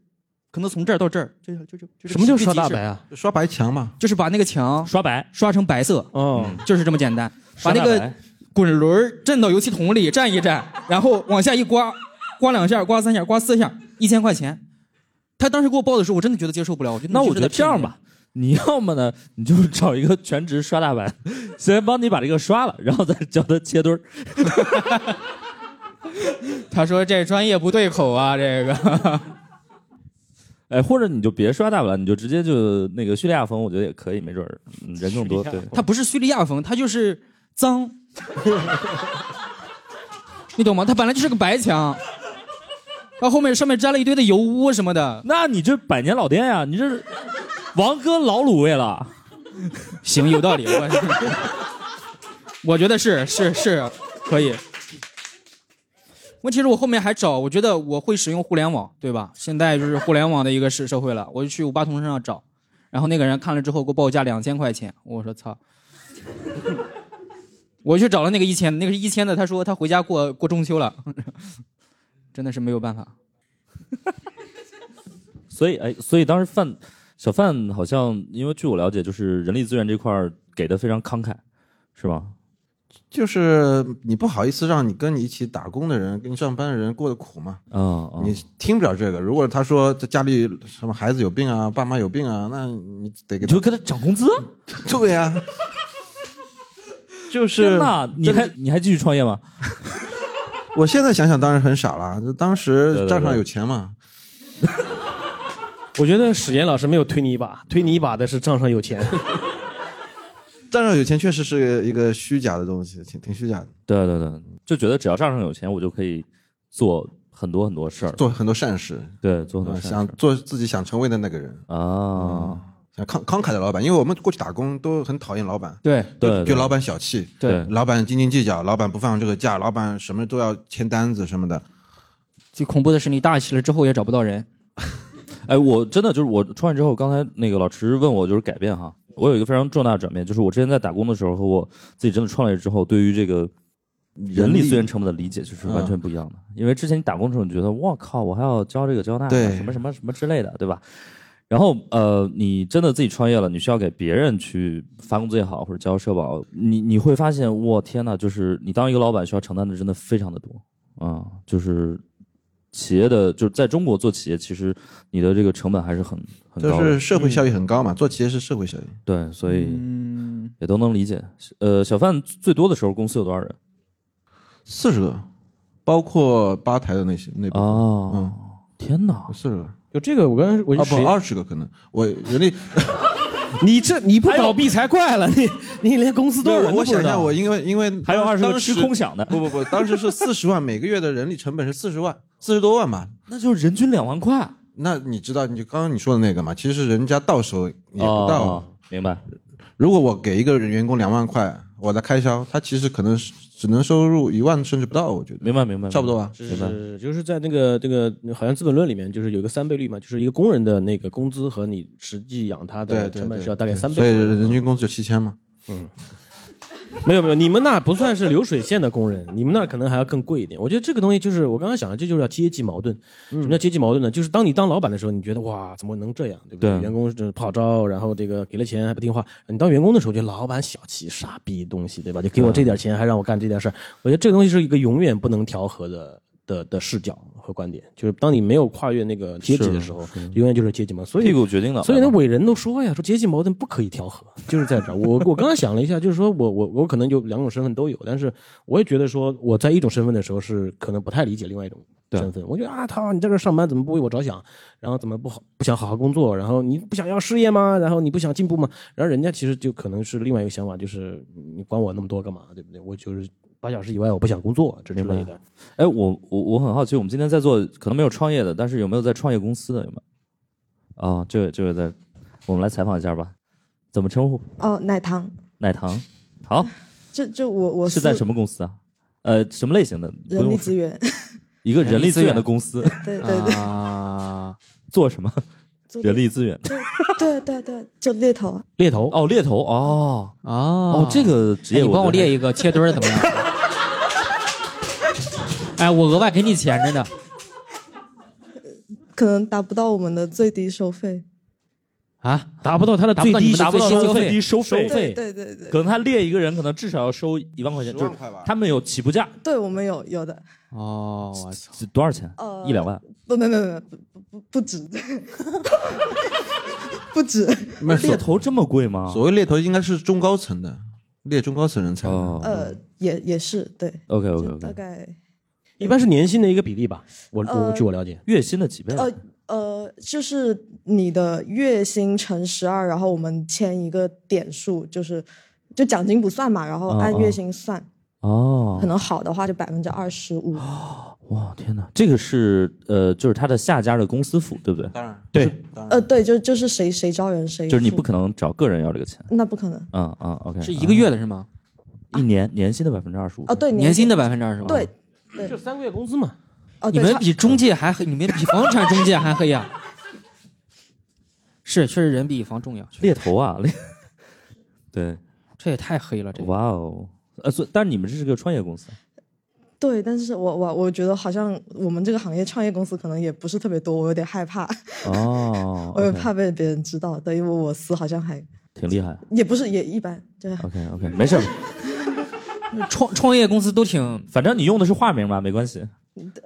可能从这儿到这儿，就是就是就是
什么叫刷大白
啊？
啊？
就刷白墙嘛，
就是把那个墙
刷白，
刷成白色，嗯
哦，
就是这么简单。
刷
把那
大
个
白，
滚轮儿震到油漆桶里，站一站，然后往下一刮，刮两下，刮三下，刮四下，一千块钱。他当时给我报的时候，我真的觉得接受不了。我觉得
那我觉
就是在
得这样吧，你要么呢，你就找一个全职刷大白， 先帮你把这个刷了，然后再教他切墩儿。
骗人。 他说这专业不对口啊，这个
哎，或者你就别刷大白了，你就直接就那个叙利亚风，我觉得也可以，没准儿 嗯人更多。
叙利
对
亚，
他不是叙利亚风，他就是脏， 你懂吗？他本来就是个白墙，到后面上面沾了一堆的油污什么的。
那你这百年老店呀、你这是王哥老卤味了。
行， 有道理，我我觉得是是是可以。问题是我后面还找，我觉得我会使用互联网，对吧？现在就是互联网的一个社社会了，我就去五八同城上找，然后那个人看了之后给我报价两千块钱，我说操， 我去找了那个一千，那个是一千的，他说他回家过过中秋了， 真的是没有办法。
所以，哎，所以当时范小范好像，因为据我了解，就是人力资源这块儿给的非常慷慨，是吧？
就是你不好意思让你跟你一起打工的人、跟你上班的人过得苦嘛，
啊、啊、
你听不了这个。如果他说这家里什么孩子有病啊、爸妈有病啊，那你得给他
你就跟他涨工资？
对呀、就
天
是
呐，你还你还继续创业吗？
我现在想想当然很傻了，就当
对
时
对
账上
对
有钱嘛，
我觉得史岩老师没有推你一把，推你一把的是账上有钱。
账上有钱确实是一个虚假的东西，挺挺虚假的，
对对对，就觉得只要账上有钱，我就可以做很多很多事儿，
做很多善事，
对，做很
啊
多善
想
事
做自己想成为的那个人，嗯
儿啊。
想慷慷慨的老板，因为我们过去打工都很讨厌老板，
对
对
就
对
就老板小气，
对
老板斤斤计较，老板不放这个假，老板什么都要签单子什么的，
最恐怖的是你大起了之后也找不到人，
哎，我真的就是我创业之后，刚才那个老池问我就是改变哈，我有一个非常重大的转变，就是我之前在打工的时候和我自己真的创业之后，对于这个人力资嗯源成本的理解就是完全不一样的。因为之前你打工的时候，你觉得我靠，我还要交这个交那
对
个什么什么什么之类的，对吧？然后呃，你真的自己创业了，你需要给别人去发工资也好，或者交社保，你你会发现，我天呐，就是你当一个老板需要承担的真的非常的多啊、就是企业的，就是在中国做企业，其实你的这个成本还是很很
就
高的，
是社会效益很高嘛，做企业是社会效益。
对，所以
嗯。
也都能理解。呃，小范最多的时候公司有多少人？
四十个，包括吧台的那些那部分，
哦，
嗯
天哪！
四十个啊
就这个，我刚才我就史
不
岩
二十个可能，我人力
你这你不倒闭才怪了，
哎
你你 连公司多少人
我
都不
我
知道
想一下，我因为因为
还有二十个
当
吃
时
空想的，
不不不，当时是四十万，每 个月的人力成本是四十万，四十多万吧。
那就是人均两万块
那你知道，你就刚刚你说的那个嘛，其实人家到手也不到。
哦，明白？
如果我给一个人员工两万块，我的开销，他其实可能是只能收入一万甚至不到，我觉得
明白，明 白，
差不多吧。
是是，就是在那个这个好像《资本论》里面，就是有一个三倍率嘛，就是一个工人的那个工资和你实际养他
对
的
对
成本
对
是要大概三
所以
倍。
人均工资就七千嘛。
嗯
没有没有，你们那不算是流水线的工人，你们那可能还要更贵一点。我觉得这个东西就是我刚刚想的，这就是叫阶级矛盾。
嗯
嗯
什么叫阶级矛盾呢？就是当你当老板的时候，你觉得哇怎么能这样，对不对？
对
员工是不好招，然后这个给了钱还不听话。你当员工的时候，觉得老板小气傻逼东西，对吧？就给我这点钱还让我干这点事儿，我觉得这个东西是一个永远不能调和的。的的视角和观点，就是当你没有跨越那个阶级的时候，永远就是阶级嘛。所以
屁股决定脑袋嘛，
所以呢，伟人都说呀，说阶级矛盾不可以调和，就是在这儿。我我刚刚想了一下，就是说我我我可能有两种身份都有，但是我也觉得说我在一种身份的时候是可能不太理解另外一种
对
身份。我觉得啊，他你在这儿上班怎么不为我着想？然后怎么不好不想好好工作？然后你不想要事业吗？然后你不想进步吗？然后人家其实就可能是另外一个想法，就是你管我那么多干嘛？对不对？我就是八小时以外我不想工作这之类的。
哎，我我我很好奇，我们今天在座可能没有创业的，但是有没有在创业公司的？有没有？啊、这位这位在，我们来采访一下吧。怎么称呼？
哦，奶糖，
奶糖。好，
这这我我
是在
四
什么公司啊？呃，什么类型的？不
人力
用
资 源，
一个人力资源的
人力资源
公司，
对对对
啊，
做什么？
做
人力资源。
对对对，就猎头，
猎头，
哦，猎头。哦
哦，
哦，这个职业
哎
我
你帮我列
一
一个切墩儿 怎么样？哎，我额外给你钱着呢。
可能达不到我们的最低收费。
啊，
达不到他的
达不
最
到
低
你们达不到
最
消费
最低收
费
费
对
收。
对对对，
可能他列一个人，可能至少要收一万块钱，
10
就
万
是
块吧
他们有起步价，
对我们有有的，
哦，我操，
是多少钱？
呃
一两万。
不没没没不不不不止， 不止，
那
猎
所
头这么贵吗？
所谓猎头应该是中高层的，猎中高层人才。
哦
呃，也也是对，
，OK OK
就大
OK，
概
一般是年薪的一个比例吧。我我
呃
据我了解，
月薪的几倍啊？
呃呃，就是你的月薪乘十二，然后我们签一个点数，就是就奖金不算嘛，然后按
哦哦
月薪算，可
哦，
能好的话就百分之二十五。
哇，天哪，这个是呃，就是他的下家的公司付，对不对？
当然，
对，
当然
呃，对，就就是谁谁招人谁
就是你
付
不可能找个人要这个钱。
那不可能
嗯嗯，OK，
是一个月的是吗？
一年年薪的百分之二十五
哦，。对，
年薪
的
的百分之二十吗？
对，
就三个月工资嘛。
哦，
你
对
们
差
比中介还黑，你们比房产中介还黑呀、是，确实人比以房重要，
猎头啊，猎，对，
这也太黑了，这个
哇哦，呃，所以但是你们这是个创业公司，
对，但是我我我觉得好像我们这个行业创业公司可能也不是特别多，我有点害怕，，
哦
我也
OK，
怕被别人知道，对，因为我司好像还
挺厉害。
也不是也一般，对，
OK OK，没事儿，
创创业公司都挺
反正你用的是化名吧，没关系。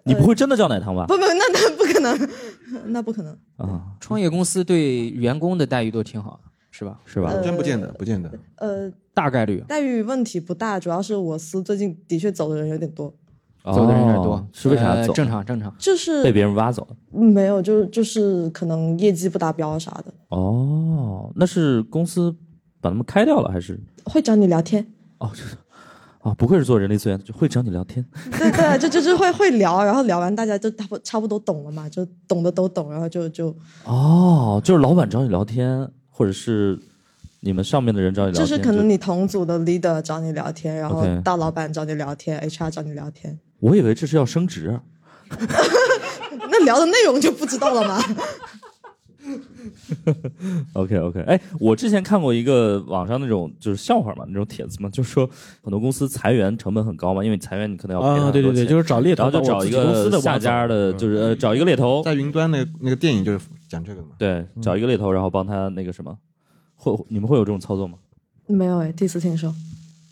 你不会真的叫奶糖吧？
呃不不，那那不可能， 那不可能，
啊，
创业公司对员工的待遇都挺好的，是吧？
是吧？
呃
真不见得，不见得。
呃，
大概率啊
待遇问题不大，主要是我司最近的确走的人有点多，
走的人有点多，
哦是为啥
呃
走？
正常正常。
就是
被别人挖走了。
没有，就就是可能业绩不达标啊啥的，
哦，那是公司把他们开掉了还是？
会找你聊天，
哦，这啊，不愧是做人力资源，就会找你聊天。
对对，就就是会会聊，然后聊完大家就差不差不多懂了嘛，就懂的都懂，然后就就
哦，就是老板找你聊天，或者是你们上面的人找你聊
就
天，
是可能你同组的 leader 找你聊天，然后
OK
大老板找你聊天，HR 找你聊天，
我以为这是要升职。
那聊的内容就不知道了吗？
OK OK，哎，我之前看过一个网上那种就是笑话嘛，那种帖子嘛，就是说很多公司裁员成本很高嘛，因为裁员你可能要赔他
啊，
很
对
多
对对，
钱
就是找猎
然后
头
就
把我
找
自
一
己公司
个
的嗯
下
挖走
家的，就是呃找一个猎头，
在云端那那个电影就是讲这个的嘛。
对，
嗯
找一个猎头，然后帮他那个什么，会你们会有这种操作吗？
没有哎，第一次听说，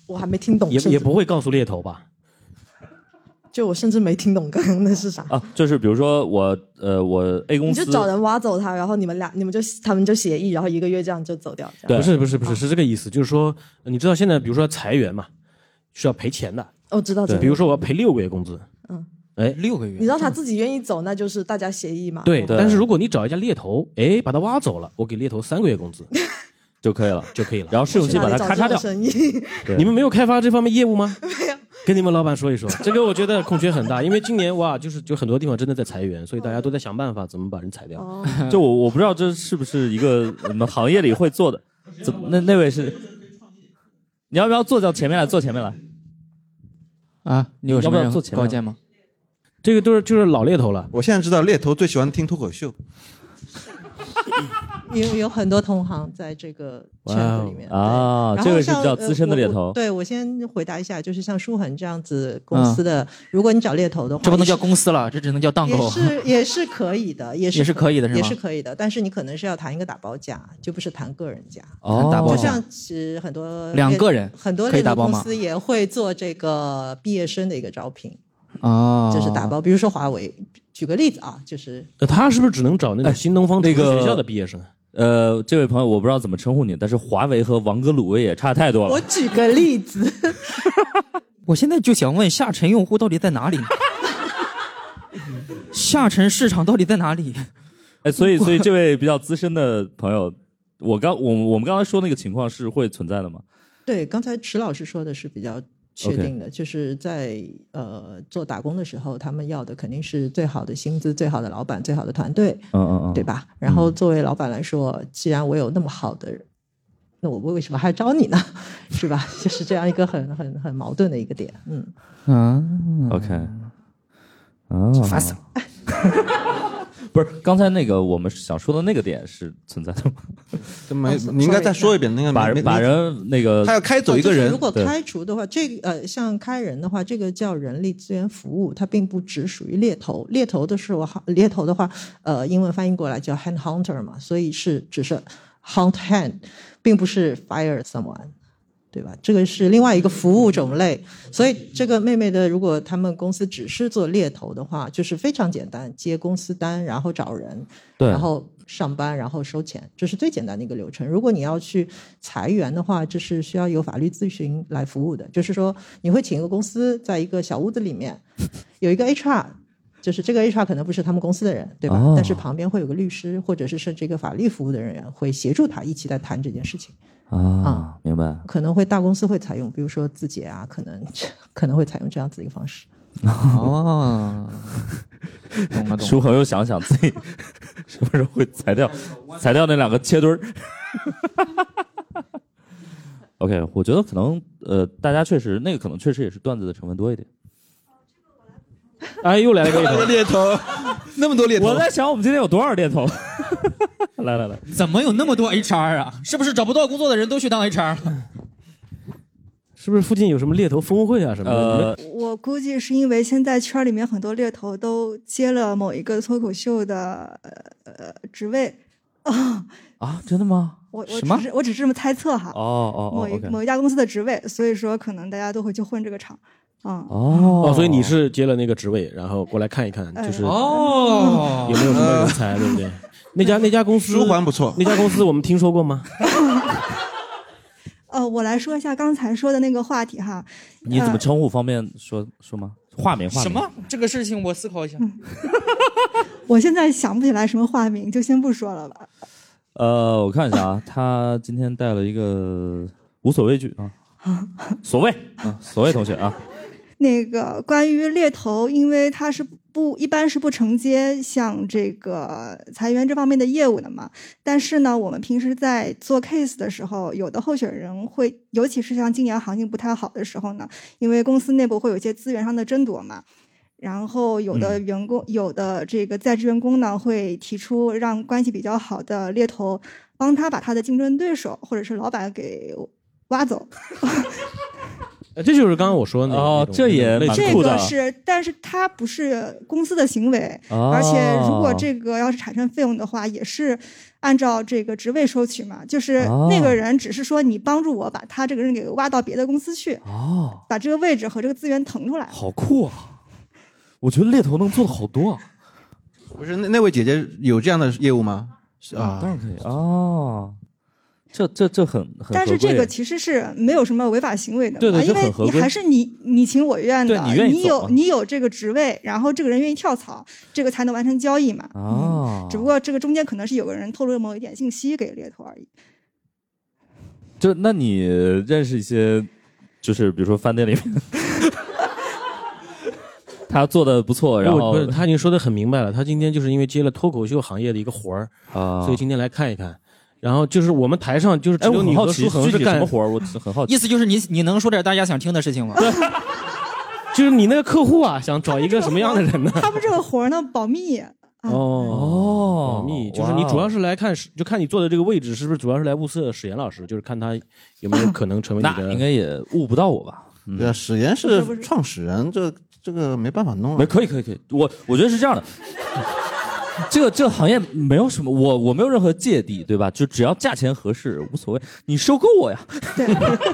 我还没听懂，
也
甚
也
至
不会告诉猎头吧？
就我甚至没听懂刚刚那是啥。
啊，就是比如说我呃我 A 公
你
司
就找人挖走他，然后你们俩，你们就他们就协议，然后一个月这样就走掉，这样。
对
不是不是
啊
不是，是这个意思，就是说，呃你知道现在比如说裁员嘛，是要赔钱的，
我、哦知道，知道嗯
比如说我要赔六个月工资，哎
六个月
你，让他自己愿意走，那就是大家协议嘛。
对。
对
但是如果你找一家猎头，哎，把他挖走了，我给猎头三个月 工资
就可以了，
就可以了。
然后试用
去
期
哪
把
里
它
找
咔嚓
这种
掉。
生意？
对
你们没有开发这方面业务吗？没有。跟你们老板说一说，这个我觉得空缺很大，因为今年哇，就是就很多地方真的在裁员，所以大家都在想办法怎么把人裁掉。
哦，
就我我不知道这是不是一个我们行业里会 做的，怎么那那位是？你要不要坐到前面来？坐前面来。
啊，你有什
要
么
不要
人
做前面
高见吗？
这个都是就是老猎头了，
我现在知道猎头最喜欢听脱口秀，
有有很多同行在这个圈
哦
子里面
哦啊，
对然
这
后
位是
像
比较资深的猎
呃我
头
我，对我先回答一下，就是像舒恒这样子公司的，如果你找猎头的话，
嗯这不能叫
也
公司了，这只能叫当
是也
狗。
是也是可以的，也是
也是可以的是吗
也是可以的，但是你可能是要谈一个打包价，就不是谈个人价。
哦
打
就
包价
像其实很多
两个人
很多
可
猎
以
头
打包
公
吗
司也会做这个毕业生的一个招聘，
哦，
就是打包。比如说华为，举个例子啊，就是
呃
那他是不是只能找那种新东方
哎那个
学校的毕业生？
呃，这位朋友我不知道怎么称呼你，但是华为和王哥鲁威也差太多
我
了。
举个例子，
我现在就想问下沉用户到底在哪里？ 下沉市场到底在哪里？
哎，所以所以这位比较资深的朋友，我刚我我们刚才说那个情况是会存在的吗？
对，刚才池老师说的是比较确定的就是在呃做打工的时候，他们要的肯定是最好的薪资、最好的老板、最好的团队，
嗯嗯嗯，
对？吧？然后作为老板来说，既然我有那么好的人，那我为什么还要招你呢？ 是吧？就是这样一个很很很矛盾的一个点，嗯。
啊，
OK，啊，
烦死了！
不是，刚才那个我们想说的那个点是存在的吗？
这没，你应该再说一遍那个
把
没
人把，人那个
没他要开走一个
哦就是
人
如，果
对
开除的话，这个呃，像开人的话，这个叫人力资源服务，它并不只属于猎头。猎头的是我猎头的话，呃，英文翻译过来叫 hand hunter 嘛，所以是只是 hunt hand，并不是 fire someone。对吧？这个是另外一个服务种类，所以这个妹妹的，如果他们公司只是做猎头的话，就是非常简单，接公司单，然后找人，
对
然后上班，然后收钱，这是最简单的一个流程。如果你要去裁员的话，这是需要有法律咨询来服务的，就是说你会请一个公司在一个小屋子里面，有一个 HR。就是这个 HR 可能不是他们公司的人，对吧？
哦
但是旁边会有个律师，或者是甚至一个法律服务的人员会协助他一起在谈这件事情。
啊，明白。
可能会大公司会采用，比如说字节啊，可能可能会采用这样子一个方式。
哦，懂了懂了。
舒恒又想想自己什么时候会裁掉裁掉那两个切墩儿。OK，我觉得可能呃，大家确实那个可能确实也是段子的成分多一点。
哎，又来了个猎头
猎头，那么多猎
我在想我们今天有多少猎头？ 来来来，
怎么有那么多 HR 啊？是不是找不到工作的人都去当 HR 了？
是不是附近有什么猎头峰会啊什么的？你们
呃，
我 估计是因为现在圈里面很多猎头都接了某一个脱口秀的呃呃职位，
啊，真的吗？
我我
什么
只是我只是这么猜测哈，
哦哦哦
某一
，OK，
某一家公司的职位，所以说可能大家都会去混这个场，啊、
哦
哦，所以你是接了那个职位，然后过来看一看，
哎
就是
哦
有没有什么人才，对不对？那家那家公司
舒缓不错，
那家公司我们听说过吗？
呃，我来说一下刚才说的那个话题哈，
你怎么称呼方便说说吗？化名化名
什？么？这个事情我思考一下。
我现在想不起来什么化名，就先不说了吧。
呃，我看一下啊，他今天带了一个无所畏惧啊，所谓啊，所谓同学啊，
那个关于猎头，因为他是不一般是不承接像这个裁员这方面的业务的嘛。但是呢，我们平时在做 case 的时候，有的候选人会，尤其是像今年行情不太好的时候呢，因为公司内部会有一些资源上的争夺嘛。然后有的员工，有的这个在职员工呢，会提出让关系比较好的猎头帮他把他的竞争对手或者是老板给挖走。
呃这就是刚刚我说的那个
哦
那种
这也
类似
蛮
这
酷的啊
个是，但是它不是公司的行为，
哦
而且如果这个要是产生费用的话，也是按照这个职位收取嘛。就是
哦
那个人只是说你帮助我把他这个人给挖到别的公司去，
哦。
把这个位置和这个资源腾出来。
好酷啊！我觉得猎头能做的好多啊，
不是那那位姐姐有这样的业务吗？是
当
啊，
然可以啊。这这这很很
但是
合规啊
这个其实是没有什么违法行为的嘛，
对对
因
这很
为
合
你
规
还是你你情我愿的，
对你愿意走啊
有
嘛
你有这个职位，然后这个人愿意跳槽，这个才能完成交易嘛。嗯
啊，
只不过这个中间可能是有个人透露了某一点信息给猎头而已。
就那你认识一些，就是比如说饭店里面，他做的不错，然
不
后
不是，他已经说的很明白了。他今天就是因为接了脱口秀行业的一个活儿，
啊
所以，今天来看一看。然后就是我们台上就是只
哎，我
有
很
你
好
和
奇
舒恒
具
是
体什
干
么活儿，我很好奇。
意思就是你你能说点大家想听的事情吗？
就是你那个客户啊，想找一个什么样的人 呢？
他们这个活儿呢，保密，嗯
哦
哦
保密就是你主要是来看是，就看你坐的这个位置是不是主要是来物色史岩老师，就是看他有没有可能成为你
那应
的。
该也误不到我 吧？
对啊，史岩
不是不
是
是
创始人，这这个没办法弄
没，
啊。
可以，可以，可以。我我觉得是这样的， 这个这个行业没有什么，我我没有任何芥蒂，对吧？就只要价钱合适，无所谓。你收购我呀，
对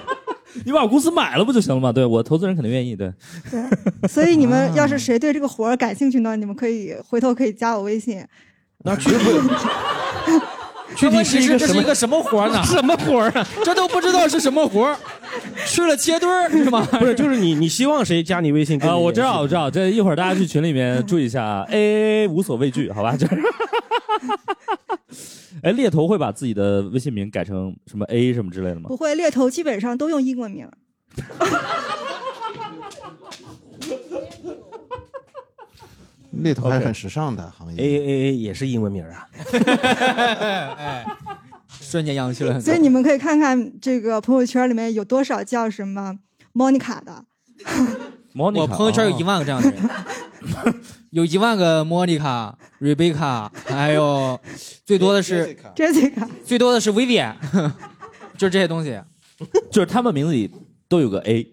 你把我公司买了不就行了吗？对我投资人肯定愿意。对，
对，所以你们要是谁对这个活儿 感兴趣呢，你们可以回头可以加我微信。
那具体具体是一个
这是一个
什么活呢？ 什么活啊？
这都不知道是什么活儿，去了切墩儿是吗？
不是，就是你，你希望谁加你微信？
啊，我知道，我知道，这一会儿大家去群里 面注意一下，A 啊 A 无所畏惧，好吧？就是， 哎，猎头会把自己的微信名改成什么 A 什么之类的 吗
不？会，猎头基本上都用英文名儿。
猎头还是很时尚的行业。
A A A 也是英文名啊。
瞬间洋气了很多
所以。你们可以看看这个朋友圈里面有多少叫什么 Monica 的，
莫妮
我
卡
朋友圈有
哦
一万个这样的人，有一万个莫妮卡、瑞贝卡，还有最多的是
Jessica
最多的是 Vivian，就是这些东西
就是他们名字里都有个 A。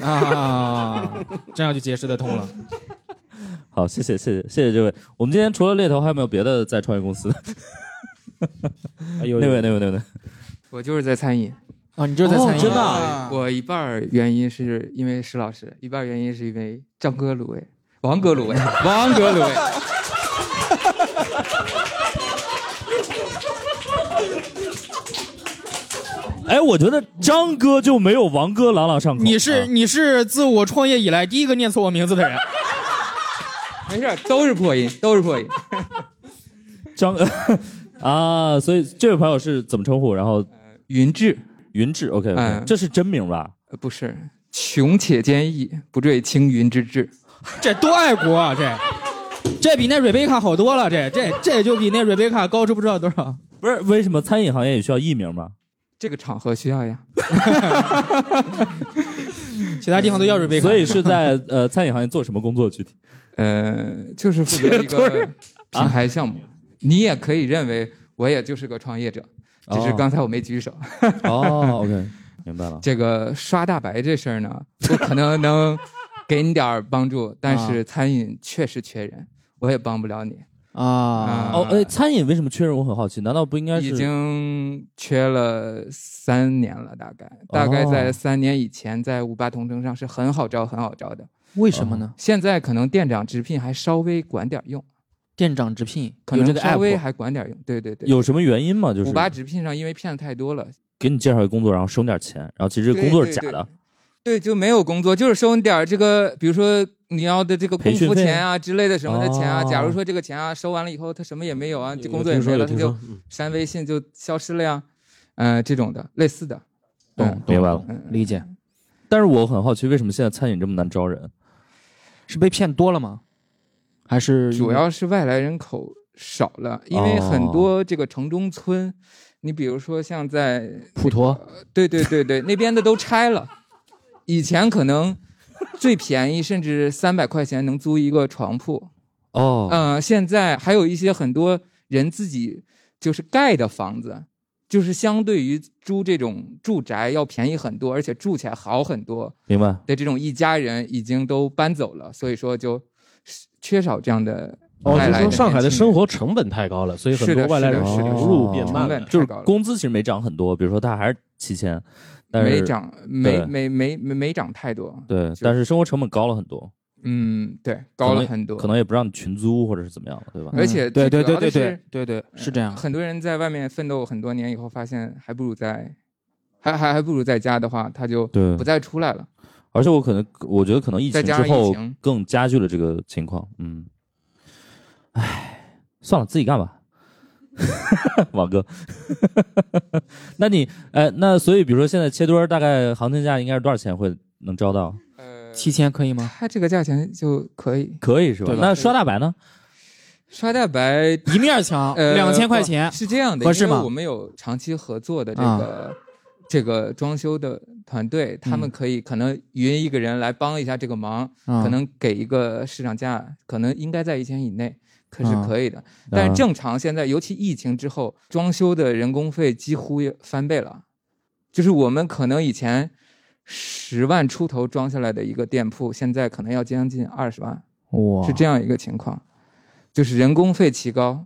啊，这样就解释得通了。
好，谢谢，谢谢，谢谢这位。我们今天除了猎头，还有没有别的在创业公司的？
哎呦，
那位，那位，那位，
我就是在餐饮，
哦，你就是在餐饮，
真的
啊
我一半儿原因是因为石老师，一半儿原因是因为张哥卤味、王哥卤味、王哎哥卤味。
哎，我觉得张哥就没有王哥朗朗上口。
你是
啊
你是自我创业以来第一个念错我名字的人。
没事儿，都是破音，都是破音。
张 啊，所以这位朋友是怎么称呼？然后
呃云志，
云志，OK，, o k
嗯
这是真名吧？
呃不是穷且坚毅，不坠青云之志。
这多爱国啊！这这比那瑞贝卡好多了，这这这就比那瑞贝卡高出不知道多少。
不是，为什么餐饮行业也需要艺名吗？
这个场合需要呀，
其他地方都要瑞贝卡，
所以是在呃餐饮行业做什么工作？具体
呃，就是负责一个品牌项目。你也可以认为我也就是个创业者，只是
哦
刚才我没举手。
哦，OK，明白了。
这个刷大白这事儿呢，我可能能给你点儿帮助，但是餐饮确实缺人，我也帮不了你。
啊，
哦，哎，餐饮为什么缺人？我很好奇，难道不应该是
已经缺了三年了，大概大概在三年以前，在五八同城上是很好招、很好招的。
为什么呢？
现在可能店长直聘还稍微管点儿用，
店长直聘
可
有这
能
个
稍微
app，
还管点儿用。对对对，
有什么原因吗？就是
五八直聘上因为骗子太多了，
给你介绍一个工作，然后省点钱，然后其实这个
对
工作是
对
假的。
对，就没有工作，就是收你点儿这个，比如说你要的这个
培
功
训
夫
费
钱啊之类的什么的钱啊。
哦
假如说这个钱啊收完了以后，他什么也没有啊，这工作也
有听说
没了，
有
他
听
就
说，嗯
删微信就消失了呀。嗯、这种的类似的，
懂
嗯
明白了。
嗯
理解
但是我很好奇，为什么现在餐饮这么难招人？
是被骗多了吗？还是
主要是外来人口少了，因为
哦
很多这个城中村，你比如说像在，
普陀
对对对对，那边的都拆了，以前可能最便宜甚至三百块钱能租一个床铺，
哦，
嗯、现在还有一些很多人自己就是盖的房子，就是相对于租这种住宅要便宜很多，而且住起来好很多
明白。
的这种一家人已经都搬走了，所以说就缺少这样的
哦，
外
就
来
是
的
说上海的
年轻人
生活成本太高了，所以很
是的
多外来
是
人
的
口
是的
流入变
哦
成
慢了
本。
就
太
是
高了
工资其实没涨很多，比如说他还是七千，但是
没涨，
对
没没没没没涨太多。
对，
是
但是生活成本高了很多，
嗯，对，高了很多。
可能也不让你群租或者是怎么样的，对吧？
而且
嗯
对
最
对
主要
对
的
对
是
对对对，是这样。
很多人在外面奋斗很多年以后，发现还不如在，还还还不如在家的话，他就
对
不再出来了。
而且我可能，我觉得可能疫情
再
之
加上
后
疫情
更加剧了这个情况。嗯，唉，算了，自己干吧， 网哥。 那你，哎，那所以，比如说现在切墩儿大概行情价应该是多少钱会能招到？
呃，
七千可以吗？
他这个价钱就可以
可以是吧？
对吧
那刷大白呢？
刷大白，
一面墙
呃，
两千块钱
不，是这样的，
合适吗啊
因为我们有长期合作的这个。这个装修的团队，他们
嗯啊
可以可能匀一个人来帮一下这个忙，
可
可能给一个市场价，可能应该在一千以内，可是
啊
可以的。但
啊
是正常现在，尤其疫情之后，装修的人工费几乎也翻倍了。就是我们可能以前十万出头装下来的一个店铺，现在可能要将近二十万，
哇
是这样一个情况，就是人工费提高。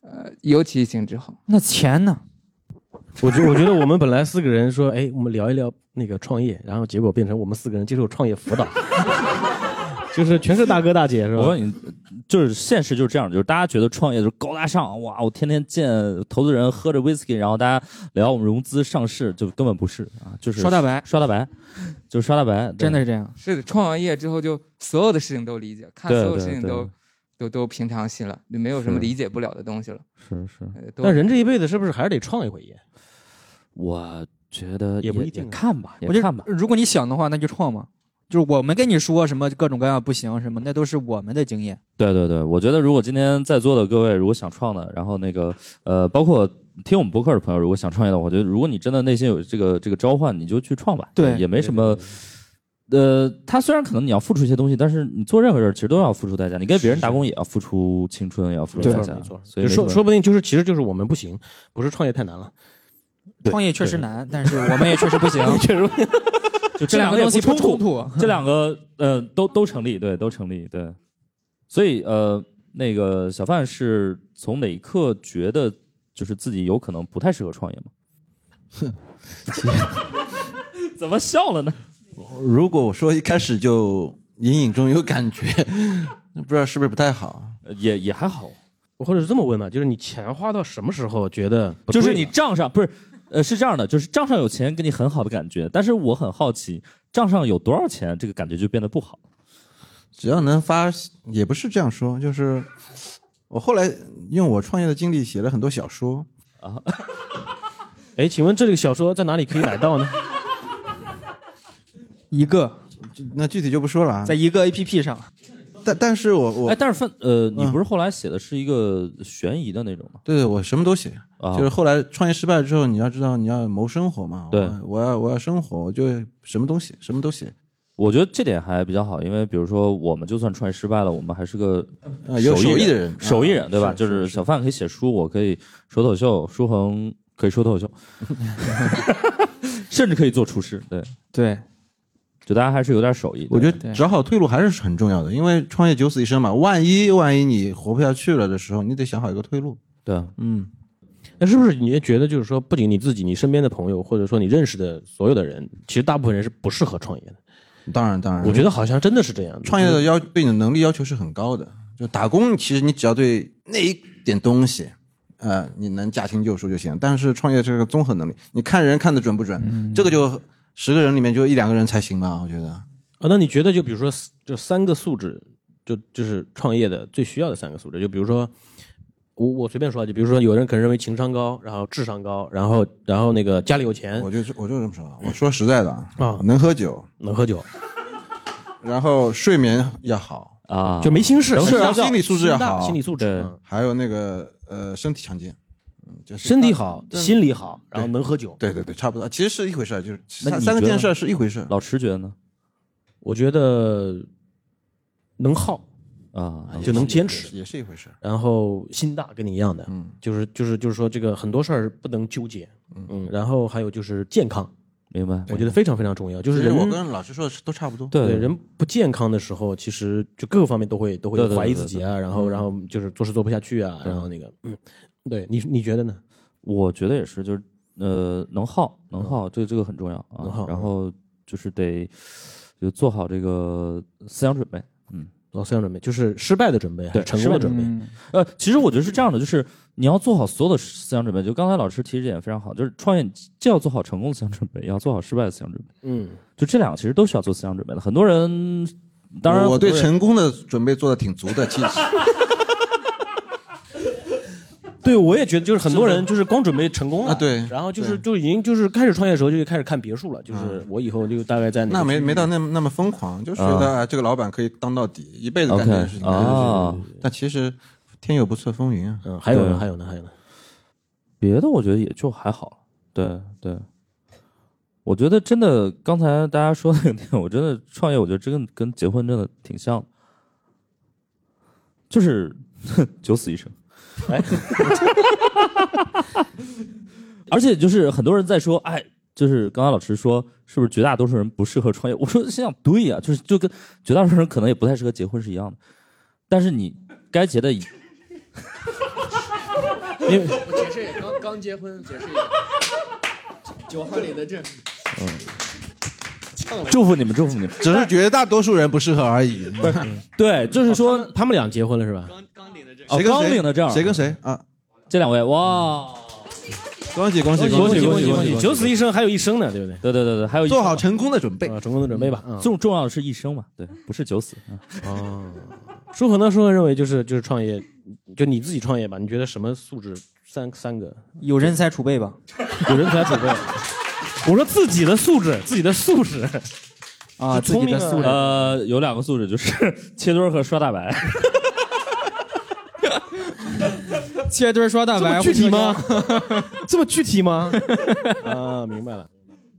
呃，尤其疫情之后，
那钱呢？
我觉我觉得我们本来四个人说，哎，我们聊一聊那个创业，然后结果变成我们四个人接受创业辅导，就是全是大哥大姐是
我
吧？
问你，就是现实就是这样，就是大家觉得创业就是高大上，哇，我天天见投资人喝着 whisky，然后大家聊我们融资上市，就根本不是啊，就是
刷大白
刷大白，就是刷大白，对
真的是这样。
是的，创完业之后就所有的事情都理解，看
对
所有
对
事情
对
都都都平常心了，就没有什么
是
理解不了的东西了。
是是，
呃都
但人 这一辈子是不是还是得创一回业？
我觉得
也不一
也
定啊
看吧，也
我就
看吧，
如果你想的话，那就创嘛。就是我们跟你说什么各种各样不行什么，那都是我们的经验。
对对对，我觉得如果今天在座的各位如果想创的，然后那个呃，包括听我们播客的朋友，如果想创业的话，我觉得如果你真的内心有这个这个召唤，你就去创吧，
对
也没什么。呃，他虽然可能你要付出一些东西，但是你做任何事儿其实都要付出代价。你跟别人打工也要付出青春，也要付出
没
代
错
价，
没错。
所以
就
没什
说
么
说不定就是其实就是我们不行，不是创业太难了，
创业确实难，但是我们 也确实不行。
确实
就
这两个东西不冲突，
这两个呃都都成立，对，都成立，对。所以呃，那个小范是从哪一刻觉得就是自己有可能不太适合创业吗？怎么笑了呢？
如果我说一开始就隐隐中有感觉， 不知道是不是不太好。
呃也也还好，
或者是这么问吧，就是你钱花到什么时候觉得不
就是
对
你
了
账上不是呃是这样的，就是账上有钱给你很好的感觉，但是我很好奇账上有多少钱，这个感觉就变得不好。
只要能发，也不是这样说，就是我后来用我创业的经历写了很多小说，
啊 哎，请问这个小说在哪里可以买到呢？
一个
就那具体就不说了啊
在。一个 A P P 上，
但但是我我
哎，但是范呃，你
嗯
不是后来写的是一个悬疑的那种吗？
对对，我什么都写，
啊，
就是后来创业失败之后，你要知道你要谋生活嘛。
对
我我要我要生活，我就什么东西什么都写。
我觉得这点还比较好，因为比如说我们就算创业失败了，我们还是个
啊，有
手
手
艺
艺的人，
手艺人，
啊
对吧？
是
就是小范可以写书，我可以说脱口秀，舒恒可以说 脱口秀，甚至可以做厨师。对，
对，
就大家还是有点手艺。
我觉
对
得找好退路还是很重要的，因为创业九死一生嘛，万一万一你活不下去了的时候，你得想好一个退路。
对
嗯，
那是不是你也觉得就是说，不仅你自己，你身边的朋友，或者说你认识的所有的人，其实大部分人是不适合创业的。
当嗯然当然，
我觉得好像真的是这样的。
创业的要对你的能力要求是很高的。就打工，其实你只要对那一点东西，呃，你能驾轻就熟就行。但是创业这个综合能力，你看人看得准不准，
嗯
这个就十个人里面就一两个人才行吧，我觉得。
啊，那你觉得就比如说四，就三个素质，就就是创业的最需要的三个素质，就比如说，我我随便说啊，就比如说有人可能认为情商高，然后智商高，然后然后那个家里有钱
我，就我就这么说啊，我说实在的
啊
能喝酒，
能喝酒，
然后睡眠要好，
啊，
就没心事，
是啊
睡觉
心理素质要好
心理素质，
对
嗯
还有那个呃身体强健，嗯，就是
身体好，
对
心理好，然后能喝酒。
对对对，差不多，其实是一回事儿，就是
那
三
你
三个
觉得
件事儿是一回事儿。
老池觉得呢？
我觉得能耗，
啊，
就能坚持
也是一回事儿。
然后心大，跟你一样的，
嗯
就是就是就是说这个很多事儿不能纠结，嗯，然后还有就是健康，
明白？
我觉得非常非常重要，就
其
是
实
人
我跟老师说的是都差不多。
对
对人不健康的时候，其实就各个方面都会都会
对对对
怀疑自己啊，然后然后就是做事做不下去啊，然后那个嗯，对你你觉得呢？
我觉得也是，就是呃，能耗，能耗，这个这个很重要
嗯能
啊
耗。嗯
然后就是得就做好这个思想准备。嗯
老思想准备就是失败的准备还
对
是成功的准备？
嗯，
呃，其实我觉得是这样的，就是你要做好所有的思想准备。就刚才老师提这点非常好，就是创业既要做好成功的思想准备，也要做好失败的思想准备。
嗯，
就这两个其实都需要做思想准备的。很多人，当然
我我对
很多
成
人
功的准备做的挺足的，其实。
对我也觉得就是很多人就是光准备成功了，
啊对
然后就
对嗯
是就已经就是开始创业的时候就开始看别墅了，就是我以后就大概在哪个
那没
区域
没到那么那么疯狂，就是觉得、啊、这个老板可以当到底，一辈子干这件事
OK
情。
啊，
但其实天有不测风云啊。
嗯，还有
对
呢，还有呢，还有呢，
别的我觉得也就还好。对对，我觉得真的刚才大家说的那个 点，我真的创业，我觉得这跟跟结婚真的挺像的，就是 九死一生。哎， 而且就是很多人在说，哎，就是刚刚老师说，是不是绝大多数人不适合创业？我说心想，对呀、就是就跟绝大多数人可能也不太适合结婚是一样的。但是你该结的
因 为
解释也刚刚结婚，解释也。九号里的证，
祝福你们，祝福你们。
只是绝大多数人不适合而已。
对，就是说他们俩结婚了是
嗯
吧？
哦，
谁跟
刚
谁
领的证，
谁跟谁啊？
这两位哇，
恭喜恭喜
恭喜
喜
恭喜
喜
恭喜！求此一生还有一生呢，对不对？
对对对对，还有一
做好成功的准备。嗯
啊，成功的准备吧。啊，
重重要的是一生嘛，对，不是九死。嗯
哦舒恒呢？舒恒认为就是就是创业，就你自己创业吧。你觉得什么素质？三三个
有人才储备吧？
有人才储备。我说自己的素质，自己的素质。
啊，自己的素质。
呃，有两个素质就是 切墩儿和刷大白，
切墩儿刷蛋
这
白，
么具体吗？ 这么具体吗？ 啊，明白了。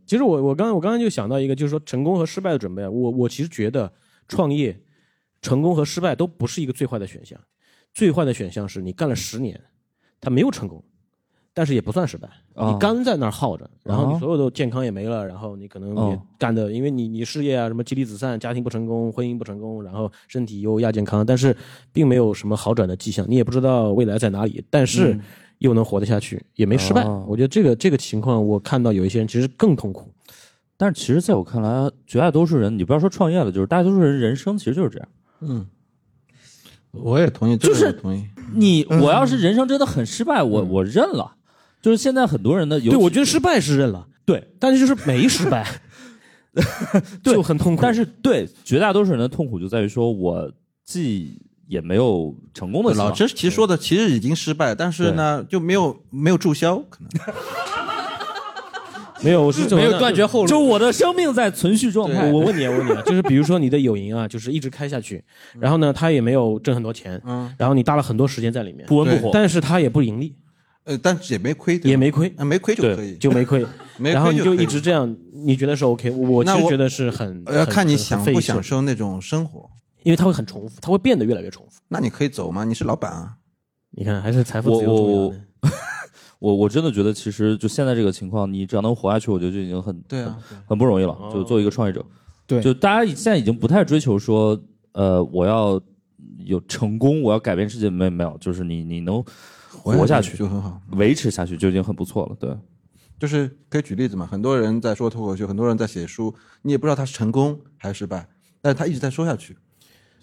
其实我我刚我刚刚就想到一个，就是说成功和失败的准备啊。我我其实觉得创业成功和失败都不是一个最坏的选项，最坏的选项是你干了十年，它没有成功，但是也不算失败，
哦
你干在那儿耗着，然后
哦
你所有的健康也没了，然后你可能也
哦
干的，因为你你事业啊什么妻离子散，家庭不成功，婚姻不成功，然后身体又亚健康，但是并没有什么好转的迹象，你也不知道未来在哪里，但是又能活得下去，也没失败。
哦
我觉得这个这个情况，我看到有一些人其实更痛苦。
但是其实在我看来，绝大多数人，你不要说创业了，就是大多数人人生其实就是这样。
我也同意，
就是
嗯这个我同意。
你我要是人生真的很失败，我我认了。就是现在很多人的，尤
嗯对，
其
我觉得失败是认了，
对，
但是就是没失败，
对
就很痛苦。
但是对绝大多数人的痛苦就在于说，我既也没有成功的希望
老师其实说的其实已经失败，但是呢就没有没有注销，可能
没有，我是这种
没有断绝后路。
就我的生命在存续状态
我。我问你啊，我问你啊， 就是比如说你的友谊啊，就是一直开下去，然后呢，他也没有挣很多钱，
嗯
然后你搭了很多时间在里面，
不温不火，
但是他也不盈利，
呃，但是也没亏，对吧
也没亏，
啊没亏就可以。
就没亏，
没亏就可以
然后你就一直这样，你觉得是 OK？我其
那
实
我
觉得是很
呃，要
很
看你
很
享
很费
不
劲
享受那种生活。
因为它会很重复，它会变得越来越重复。
那你可以走吗？你是老板啊，
你看，还是财富自由重要
我
呢。
我我真的觉得，其实就现在这个情况，你只要能活下去，我觉得就已经很
对啊，
很很不容易了
哦。
就作为一个创业者，
对
就大家现在已经不太追求说，呃，我要有成功，我要改变世界，没有没有，就是你你能活下去，
就很好。
维持下去就已经很不错了。对，
就是可以举例子嘛，很多人在说脱口秀，很多人在写书，你也不知道他是成功还是失败，但是他一直在说下去，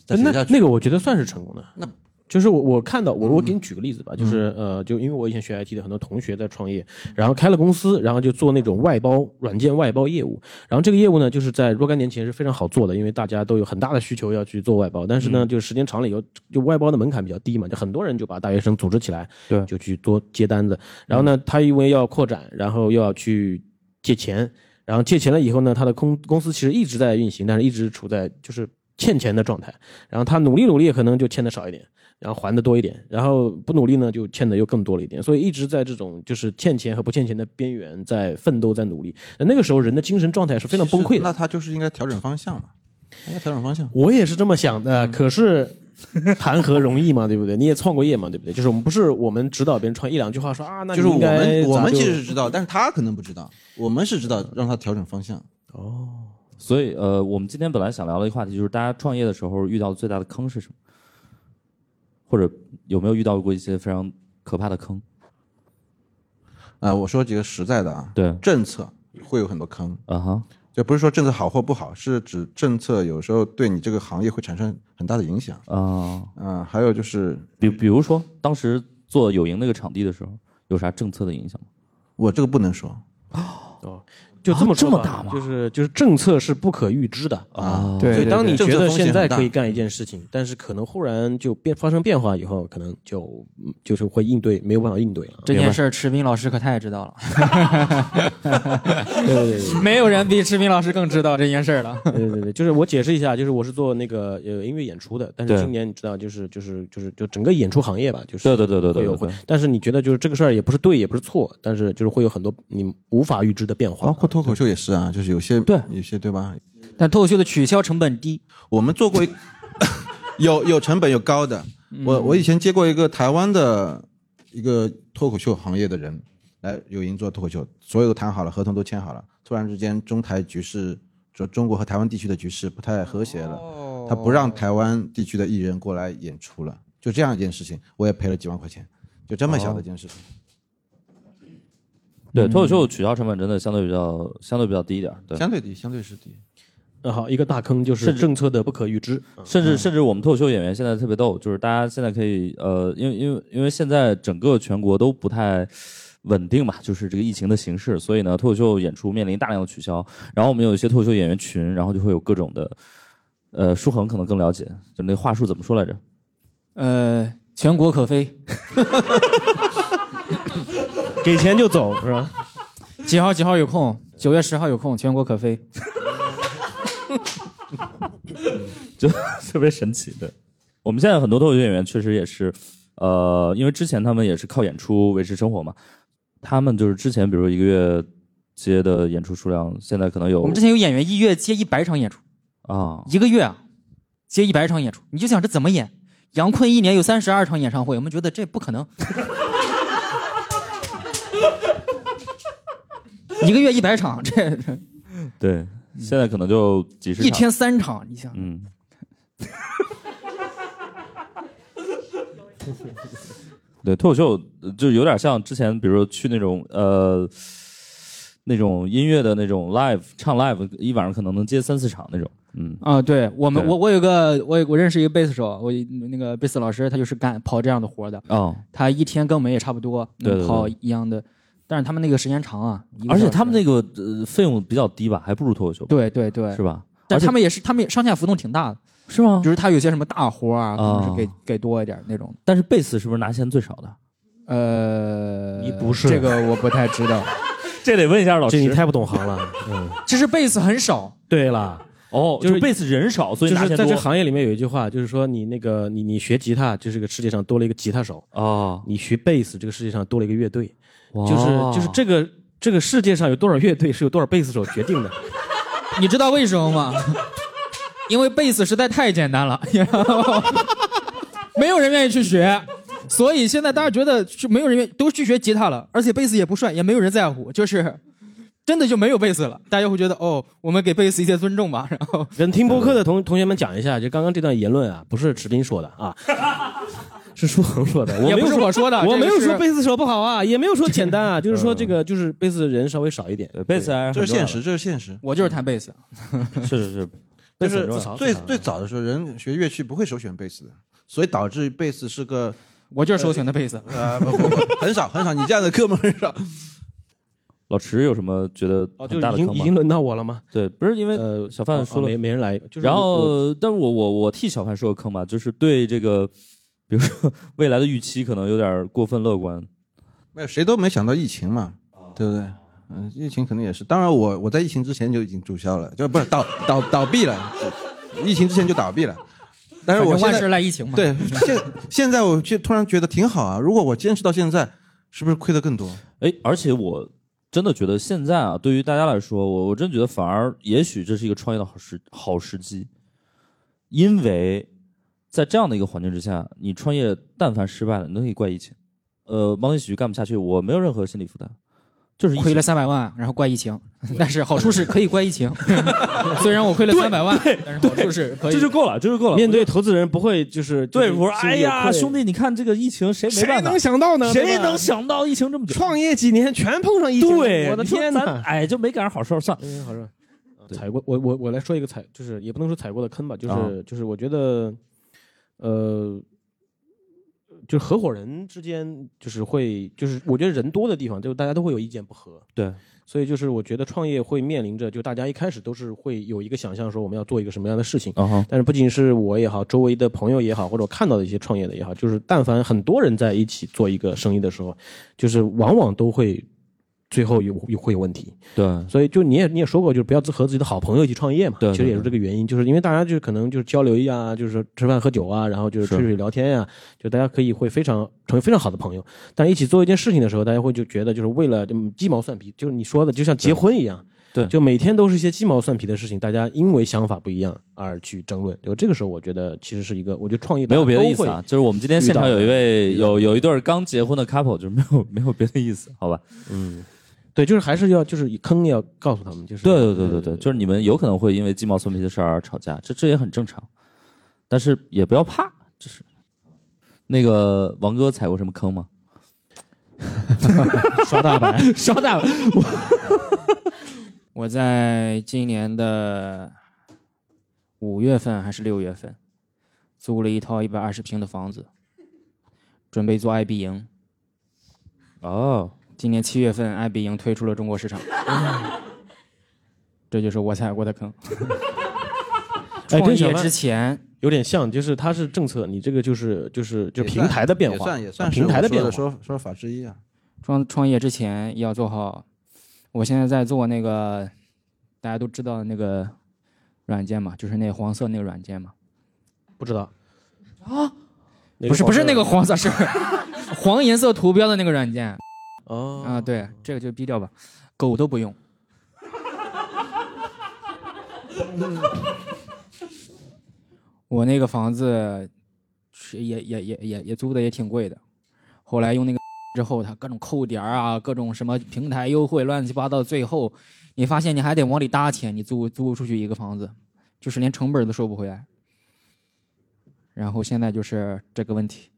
再
呃那
写下去。
那个我觉得算是成功的。那就是我我看到我我给你举个例子吧，就是呃，就因为我以前学 IT 的很多同学在创业，然后开了公司，然后就做那种外包软件外包业务，然后这个业务呢，就是在若干年前是非常好做的，因为大家都有很大的需求要去做外包，但是呢，就时间长了以后，就外包的门槛比较低嘛，就很多人就把大学生组织起来，
对
就去多接单子，然后呢，他因为要扩展，然后又要去借钱。然后借钱了以后呢，他的公公司其实一直在运行，但是一直处在就是欠钱的状态。然后他努力努力，可能就欠的少一点，然后还的多一点，然后不努力呢，就欠的又更多了一点。所以一直在这种就是欠钱和不欠钱的边缘在奋斗，在努力。那个时候人的精神状态是非常崩溃
那
的。
他就是应该调整方向嘛，应该调整方向。
我也是这么想的，可是谈何容易嘛，对不对？你也创过业嘛，对不对？就是我们不是我们指导别人创一两句话说啊，那
就
你
是我
应该
们我
咋
们
就
其实是知道，但是他可能不知道，我们是知道让他调整方向。
哦
所以呃，我们今天本来想聊的一个话题就是，大家创业的时候遇到最大的坑是什么？或者有没有遇到过一些非常可怕的坑？
啊、我说几个实在的啊，
对，
政策会有很多坑，
啊哈，
就不是说政策好或不好，是指政策有时候对你这个行业会产生很大的影响。
啊、
嗯、还有就是
比比如说，当时做有营那个场地的时候，有啥政策的影响吗？
我这个不能说，
就这么、
啊这么大吗
哦就是就是政策是不可预知的啊。
对
所以当你觉
政策风
得
险
现在
很大
可以干一件事情，但是可能忽然就变发生变化以后，可能就嗯就是会应对没有办法应对了。
这
明
件
白
事儿，池斌老师可太知道 了，
对对对
没有人比池斌老师更知道这件事儿了。
对对对对，就是我解释一下，就是我是做那个呃音乐演出的，但是
对
今年你知道，就是就是就是就整个演出行业吧，就是
对对对对对
会有
对
会
对，，
但是你觉得就是这个事儿也不是对也不是错，但是就是会有很多你无法预知的变
包
化。
括脱口秀也是啊，就是有些
对
有些对吧？
但脱口秀的取消成本低，
我们做过 一 有有成本有高的，我
嗯
我以前接过一个台湾的一个脱口秀行业的人来有营做脱口秀，所有都谈好了，合同都签好了，突然之间中台局势，说中国和台湾地区的局势不太和谐了，
哦
他不让台湾地区的艺人过来演出了，就这样一件事情，我也赔了几万块钱，就这么小的一件事情。
对脱口秀取消成本真的相对比较相对比较低一点儿，对
相对低，相对是低。
呃好一个大坑就是
甚至嗯
政策的不可预知，嗯
甚至甚至我们脱口秀演员现在特别逗，就是大家现在可以呃，因为因为因为现在整个全国都不太稳定嘛，就是这个疫情的形势，所以呢，脱口秀演出面临大量的取消。然后我们有一些脱口秀演员群，然后就会有各种的，呃，舒恒可能更了解，就那话术怎么说来着？
呃，全国可 飞，
给钱就走 是吧？
几号几号有空？九月十号有空，全国可 飞。
就 特别神奇的。我们现在很多脱口秀演员确实也是，呃，因为之前他们也是靠演出维持生活嘛，他们就是之前比如说一个月接的演出数量，现在可能有
我们之前有演员一月接一百场演出，
啊，
一个月啊，接一百场演出，你就想这怎么演？杨坤一年有三十二场演唱会，我们觉得这不可能。一个月一百场，这这
对，现在可能就几十场
嗯一天三场，你想，
嗯，对，脱口秀呃就有点像之前，比如说去那种呃那种音乐的那种 live 唱 live，一晚上可能能接三四场那种，嗯
啊，对我们，
对
我我有个我有我认识一个贝斯手，我一那个贝斯老师，他就是干跑这样的活的，
哦，
他一天跟我们也差不多，
对对
能
对
跑一样的，但是他们那个时间长啊，一个
而且
小时
他们那个呃费用比较低吧，还不如脱口秀，
对对对，
是吧？
但
而且
他们也是他们也上下浮动挺大的，
是吗
比？如他有些什么大活啊，可能
啊
是给给多一点那种，
但是贝斯是不是拿钱最少的？
呃，
你不是
这个我不太知道，
这得问一下老
这你太不懂行了。嗯，
其实贝斯很少，
对了，
哦，
就是
就是贝斯人少，所以
就
拿
是
钱
在
多
这行业里面有一句话，就是说你那个你你学吉他，就是这个世界上多了一个吉他手；
哦，
你学贝斯，这个世界上多了一个乐队。
哇
就是就是这个这个世界上有多少乐队是由多少贝斯手决定的。
你知道为什么吗？因为贝斯实在太简单了，没有人愿意去学，所以现在大家觉得是没有人愿都去学吉他了，而且贝斯也不帅，也没有人在乎，就是真的就没有贝斯了。大家会觉得哦，我们给贝斯一些尊重吧。 然后
跟听播客的同同学们讲一下，就刚刚这段言论啊，不是池斌说的 啊，是舒恒说的。我
也
没有
不是
说
我说的，
我没有
这个
说
是
贝斯手不好啊，也没有说简 单啊，就是说这个就是贝斯人稍微少一点，
嗯对贝斯还
这是
很重要
现
的
实，这是现实。
我就是弹贝斯，
是是是，
就
就
是是
自嘲
最
自嘲
最早的时候，人学乐器不会首选贝斯的，所以导致贝斯是个
我就是首选的贝斯。
呃 不不不很少很少，你这样的哥们儿很少。
老池有什么觉得
哦，
很
就是
大
已
的
经
坑
已
吗？
经轮到我了吗？
对，不是因为
呃，
小范
哦
说
哦
了
没没人来，就是
然
我
后，但是我我我替小范说个坑吧，就是对这个，比如说 未来的预期可能有点过分乐观。
没有，谁都没想到疫情嘛，
哦
对不对？嗯，疫情肯定也是。当然我，我在疫情之前就已经注销了，就不是倒倒倒闭了，疫情之前就倒闭了。但是我
反正
现
万
在
事赖疫情嘛。，
对现现在我就突然觉得挺好啊。如果我坚持到现在，是不是亏得更多？
哎，而且我真的觉得现在啊，对于大家来说，我我真觉得反而也许这是一个创业的好时好时机，因为在这样的一个环境之下，你创业但凡失败了，你都可以怪疫情。呃，猫眼喜剧干不下去，我没有任何心理负担，就是疫情
亏了三百万，然后怪疫情，但是好处是可以怪疫情。 虽然我亏了三百万，但是好处是可以
这就够了，这就够了。
面对投资人不会就是
对，
就是
我说
心
哎
里有
呀，
愧
兄弟，你看这个疫情，谁没办法？
想到呢
谁能想到疫情这么久？
创业几年全碰上疫情？
对，
我的
你说
天
咱
哪！
哎，就没赶上好事儿，算了。
嗯，好说。呃
对
踩过我我我来说一个踩，就是也不能说踩过的坑吧，就是、
啊
就是我觉得，呃，就是合伙人之间就是会就是我觉得人多的地方，就大家都会有意见不合，
对，
所以就是我觉得创业会面临着，就大家一开始都是会有一个想象，说我们要做一个什么样的事情。
啊哈，
但是不仅是我也好，周围的朋友也好，或者我看到的一些创业的也好，就是但凡很多人在一起做一个生意的时候，就是往往都会最后有有会有问题。
对，
所以就你也你也说过，就是不要自和自己的好朋友一起创业嘛。
对
其实也
对
是这个原因，就是因为大家就可能就是交流呀、就是说吃饭喝酒啊，然后就是
是
吹水聊天呀、就大家可以会非常成为非常好的朋友。但一起做一件事情的时候，大家会就觉得就是为了嗯鸡毛蒜皮，就是你说的就像结婚一样。
对
就每天都是一些鸡毛蒜皮的事情，大家因为想法不一样而去争论。就这个时候，我觉得其实是一个，我觉得创业
没有别的意思
大家
啊
都，
就是我们今天现场有一位
遇到
有有一对儿刚结婚的 couple，就是没有没有别的意思，好吧？
会。嗯，对，就是还是要就是以坑要告诉他们，就是
对对对对对，就是你们有可能会因为鸡毛蒜皮的事儿而吵架，这这也很正常，但是也不要怕，就是那个王哥踩过什么坑吗？
刷大白。
我在今年的五月份还是六月份，租了一套一百二十平的房子，准备做 IB 营。
哦，
今年七月份，IB 营退出了中国市场，这就是我踩过的坑。
哎
创
跟小
业
曼
之前
有点像，就是它是政策，你这个就是就是就
也
平
算
台的变化，
也算也算
啊
是
平台
我说
的变
的
化
说
说法之一啊。
创创业之前要做好，我现在在做那个大家都知道的那个软件嘛，就是那黄色那个软件嘛。
不知道
啊？
哪个
不是
黄
不
色
是那个黄 色，是黄颜色图标的那个软件。
哦
啊，对，这个就毙掉吧，狗都不用。我那个房子是也也也也也租的也挺贵的，后来用那个之后，它各种扣点儿啊，各种什么平台优惠，乱七八糟，最后你发现你还得往里搭钱，你租租出去一个房子，就是连成本都收不回来。然后现在就是这个问题，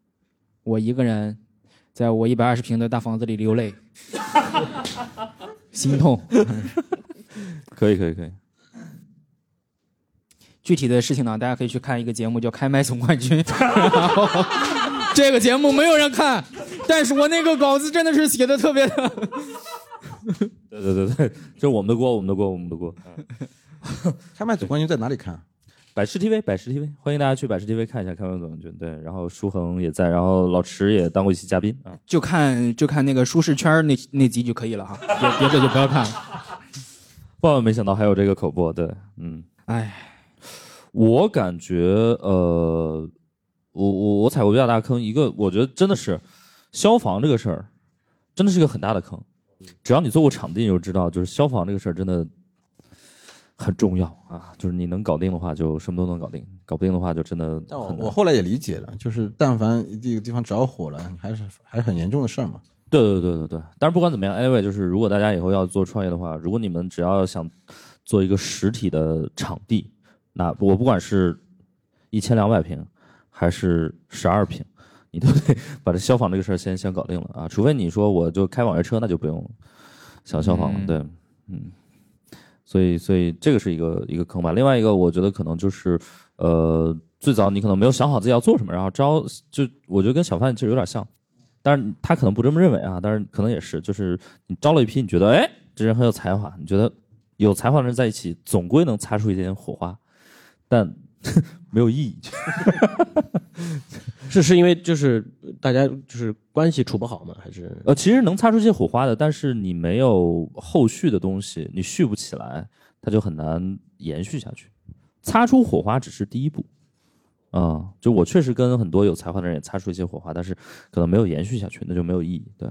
我一个人在我一百二十平的大房子里流泪， 心痛。
可以可以可以，
具体的事情呢，大家可以去看一个节目叫《开麦总冠军》， 然后这个节目没有人看，但是我那个稿子真的是写的特别的。
对对对对，就是我们的锅，我们的锅，我们的锅。
开麦总冠军在哪里看？啊
百视 TV，百视 TV，欢迎大家去百视 TV 看一下《开麦总冠军》。对，然后舒恒也在，然后老池也当过一期嘉宾啊。
就看就看那个舒适圈儿那那集就可以了哈，别别的就不要看了。
万万没想到还有这个口播，对，嗯，
哎，
我感觉呃，我我我踩过比较大的坑，一个我觉得真的是消防这个事儿，真的是一个很大的坑。只要你做过场地，你就知道，就是消防这个事儿真的很重要啊。就是你能搞定的话，就什么都能搞定；搞不定的话，就真的
但我
很难
我后来也理解了，就是但凡一个地方着火了，还是还是很严重的事儿嘛。
对对对对对，但是不管怎么样，anyway，就是如果大家以后要做创业的话，如果你们只要想做一个实体的场地，那我不管是一千两百平还是十二平，你都得把这消防这个事儿先先搞定了啊，除非你说我就开网约车，那就不用想消防了，
嗯
对，嗯，所以所以这个是一个一个坑吧。另外一个，我觉得可能就是呃，最早你可能没有想好自己要做什么，然后招就我觉得跟小范其实有点像。但是他可能不这么认为啊，但是可能也是，就是你招了一批，你觉得哎，这人很有才华，你觉得有才华的人在一起，总归能擦出一点火花，但没有意义。
是是因为就是呃大家就是关系处不好吗？还是
呃，其实能擦出一些火花的，但是你没有后续的东西，你续不起来，它就很难延续下去。擦出火花只是第一步，啊、就我确实跟很多有才华的人也擦出一些火花，但是可能没有延续下去，那就没有意义，对。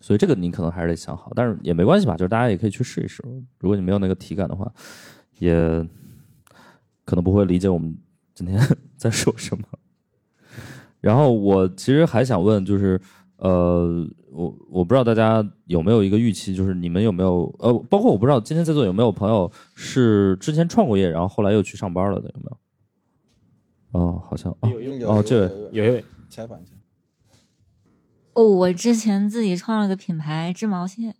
所以这个你可能还是得想好，但是也没关系吧，就是大家也可以去试一试。如果你没有那个体感的话，也可能不会理解我们今天 在说什么。然后我其实还想问，就是呃，我我不知道大家有没有一个预期，就是你们有没有呃，包括我不知道今天在座有没有朋友是之前创过业，然后后来又去上班了的，有没有？哦，好像哦哦，这位
有一位
采访一下，
哦，我之前自己创了个品牌织毛线，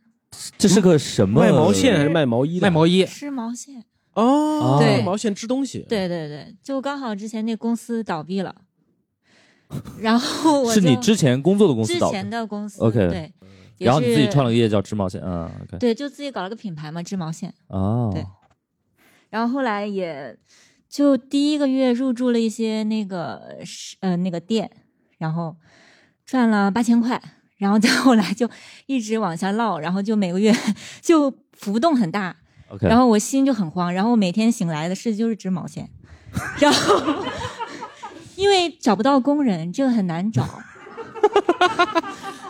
这是个什么
卖毛线还是卖毛衣的？卖毛
衣
织毛线。
哦，
对
卖毛线织东西。
对对对，就刚好之前那公司倒闭了，然后我
是你
就
之前工作的公司
之
倒闭
前的公司
OK
对，也
然后你自己
是
创了个业叫织毛线，嗯，OK，
对，就自己搞了个品牌嘛，织毛线。
哦，
对然后后来也就第一个月入驻了一些那个是呃那个店，然后赚了八千块，然后再后来就一直往下落，然后就每个月 就浮动很大
OK
然后我心就很慌，然后我每天醒来的事就是织毛线，然后 因为找不到工人，这个很难 找，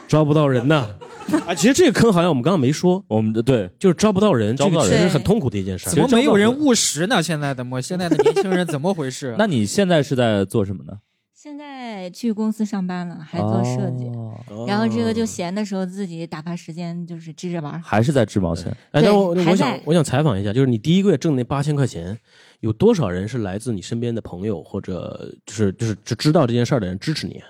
招不到人呐。 啊，其实这个坑好像我们刚刚没说，
我们的对，
就是招不到人，
招不到人？
这个其实很痛苦的一件事儿。
怎么没有人务实呢？现在的我现在的年轻人怎么回事啊
那你现在是在做什么呢？
现在去公司上班了，还做设计，
哦
然后这个就闲的时候自己打发时间，就是织着玩儿。
还是在织毛线？
哎，
对
那我
还
我想
在
我想采访一下，就是你第一个月挣那八千块钱，有多少人是来自你身边的朋友或者就是就是只知道这件事儿的人支持你？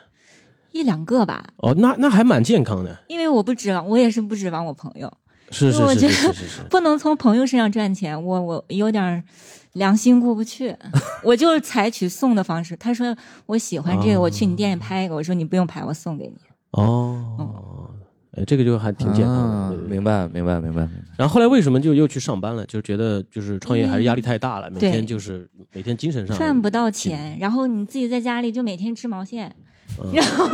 一两个吧，
哦，那那还蛮健康的。
因为我不指望，我也是不指望我朋友，
是
因为我
是
觉
是
得
是是是，
不能从朋友身上赚钱，我我有点儿良心过不 去，我就采取送的方式。他说我喜欢这个，我去你店里拍一个，我说你不用拍，我送给你。
哦，哎，这个就还挺简单的。对对对
明白，明白，明白。
然后后来为什么就又去上班了？就是觉得就是创业还是压力太大了，
嗯
每天
对
就是每天精神
哦
上
赚不到钱，然后你自己在家里就每天织毛线，然后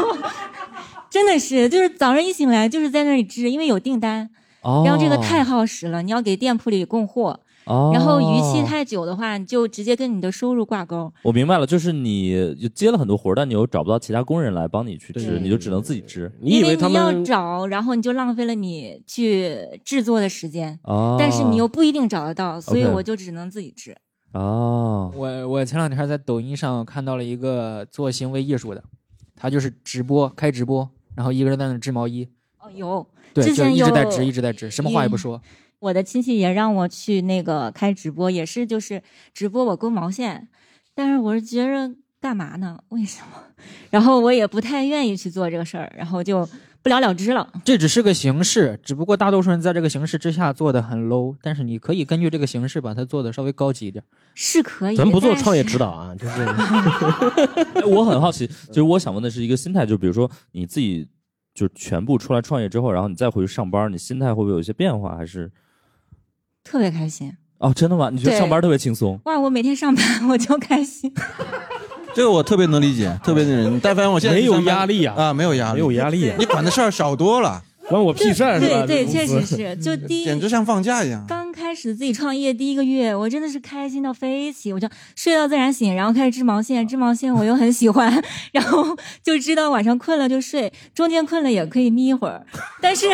真的是就是早上一醒来就是在那里织，因为有订单，
哦
然后这个太耗时了，你要给店铺里供货，
哦
然后逾期太久的话，你就直接跟你的收入挂钩。
我明白了，就是你就接了很多活儿，但你又找不到其他工人来帮你去织，
对
你就只能自己织。
因为你要找，然后你就浪费了你去制作的时间，
哦
但是你又不一定找得到，所以
OK
我就只能自己制。
哦，
我我前两天在抖音上看到了一个做行为艺术的，他就是直播开直播，然后一个人在那织毛衣，
哦，有，
对，
之
就
前
一
有
直在织，一直在织，什么话也不
嗯
说。
我的亲戚也让我去那个开直播，也是就是直播我勾毛线，但是我是觉着干嘛呢？为什么？ 然后我也不太愿意去做这个事儿，然后就不了了之了。
这只是个形式，只不过大多数人在这个形式之下做的很 low，但是你可以根据这个形式把它做的稍微高级一点。
是可
咱们不做创业指导啊，就是
哎我很好奇，就是我想问的是一个心态，就比如说你自己就全部出来创业之后，然后你再回去上班，你心态会不会有一些变化？还是
特别开心。
哦，真的吗？你觉得
对
上班特别轻松？
哇，我每天上班 我就开心，
这个我特别能理解，特别能理解。你但凡我现在
没有
上班
压力呀
啊，没有压力，
没有压力呀
你管的事儿少多了，
关我屁事儿
对对，确实是，就第一
简直像放假一样。
刚开始自己创业第一个月，我真的是开心到飞起，我就睡到自然醒，然后开始织毛线，织毛线我又很喜欢， 然后就知道晚上困了就睡，中间困了也可以眯一会儿，但是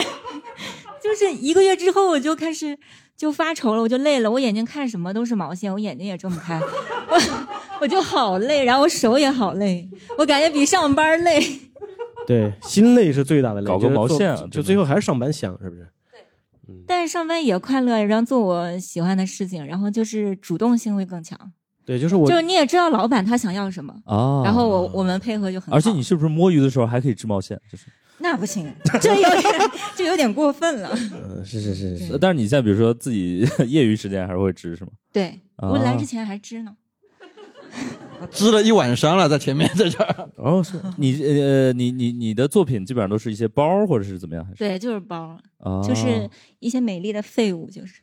就是一个月之后我就开始就发愁了，我就累了，我眼睛看什么都是毛线，我眼睛也睁不开，我我就好累，然后我手也好累，我感觉比上班累。
对心累是最大的累。
搞个
就是
毛
做
线啊
就
真的
就最后还是上班香，是不是？
但是上班也快乐，然后做我喜欢的事情，然后就是主动性会更强。
对，就是我
就是你也知道老板他想要什么，
哦
然后我我们配合就很好。
而且你是不是摸鱼的时候还可以织毛线？就是，
那不行，这有点这有点过分了。
呃，是是是是。但是你现在比如说自己 业余时间还是会织是吗？
对
啊
我来之前还织呢，
支了一晚上了，在前面在这儿。
哦，是你呃，你你你的作品基本上都是一些包儿或者是怎么样？还是
对，就是包，
哦
就是一些美丽的废物，就是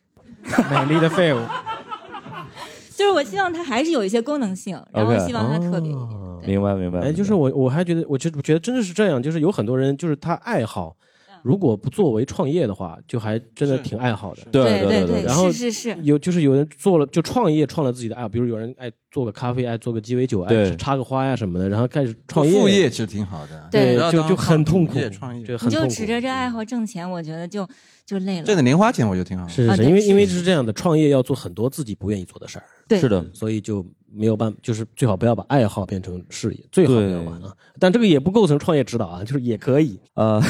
美丽的 废物，
啊
就是我希望它还是有一些功能性，然后
OK 哦
希望它特别一点。
明白明白。
哎，就是我我还觉得，我就觉得真的是这样，就是有很多人就是他爱好，如果不作为创业的话，就还真的挺爱好的。
对对对对对对
然后
是是是
有就是有人做了就创业创了自己的爱好，比如有人爱做个咖啡，爱做个鸡尾酒，爱
对
插个花呀什么的，然后开始创业。
副业其实挺好的
对
对，就就很痛苦
不要当创业创业，
就很
你就
痛苦。
指着这爱好挣钱，我觉得就就累了。
挣点零花钱我就挺好。
啊
是是是，因为因为是这样的，创业要做很多自己不愿意做的事儿。
对是的，
所以就没有办，就是最好不要把爱好变成事业，最好不要玩啊。但这个也不构成创业指导啊，就是也可以。
呃，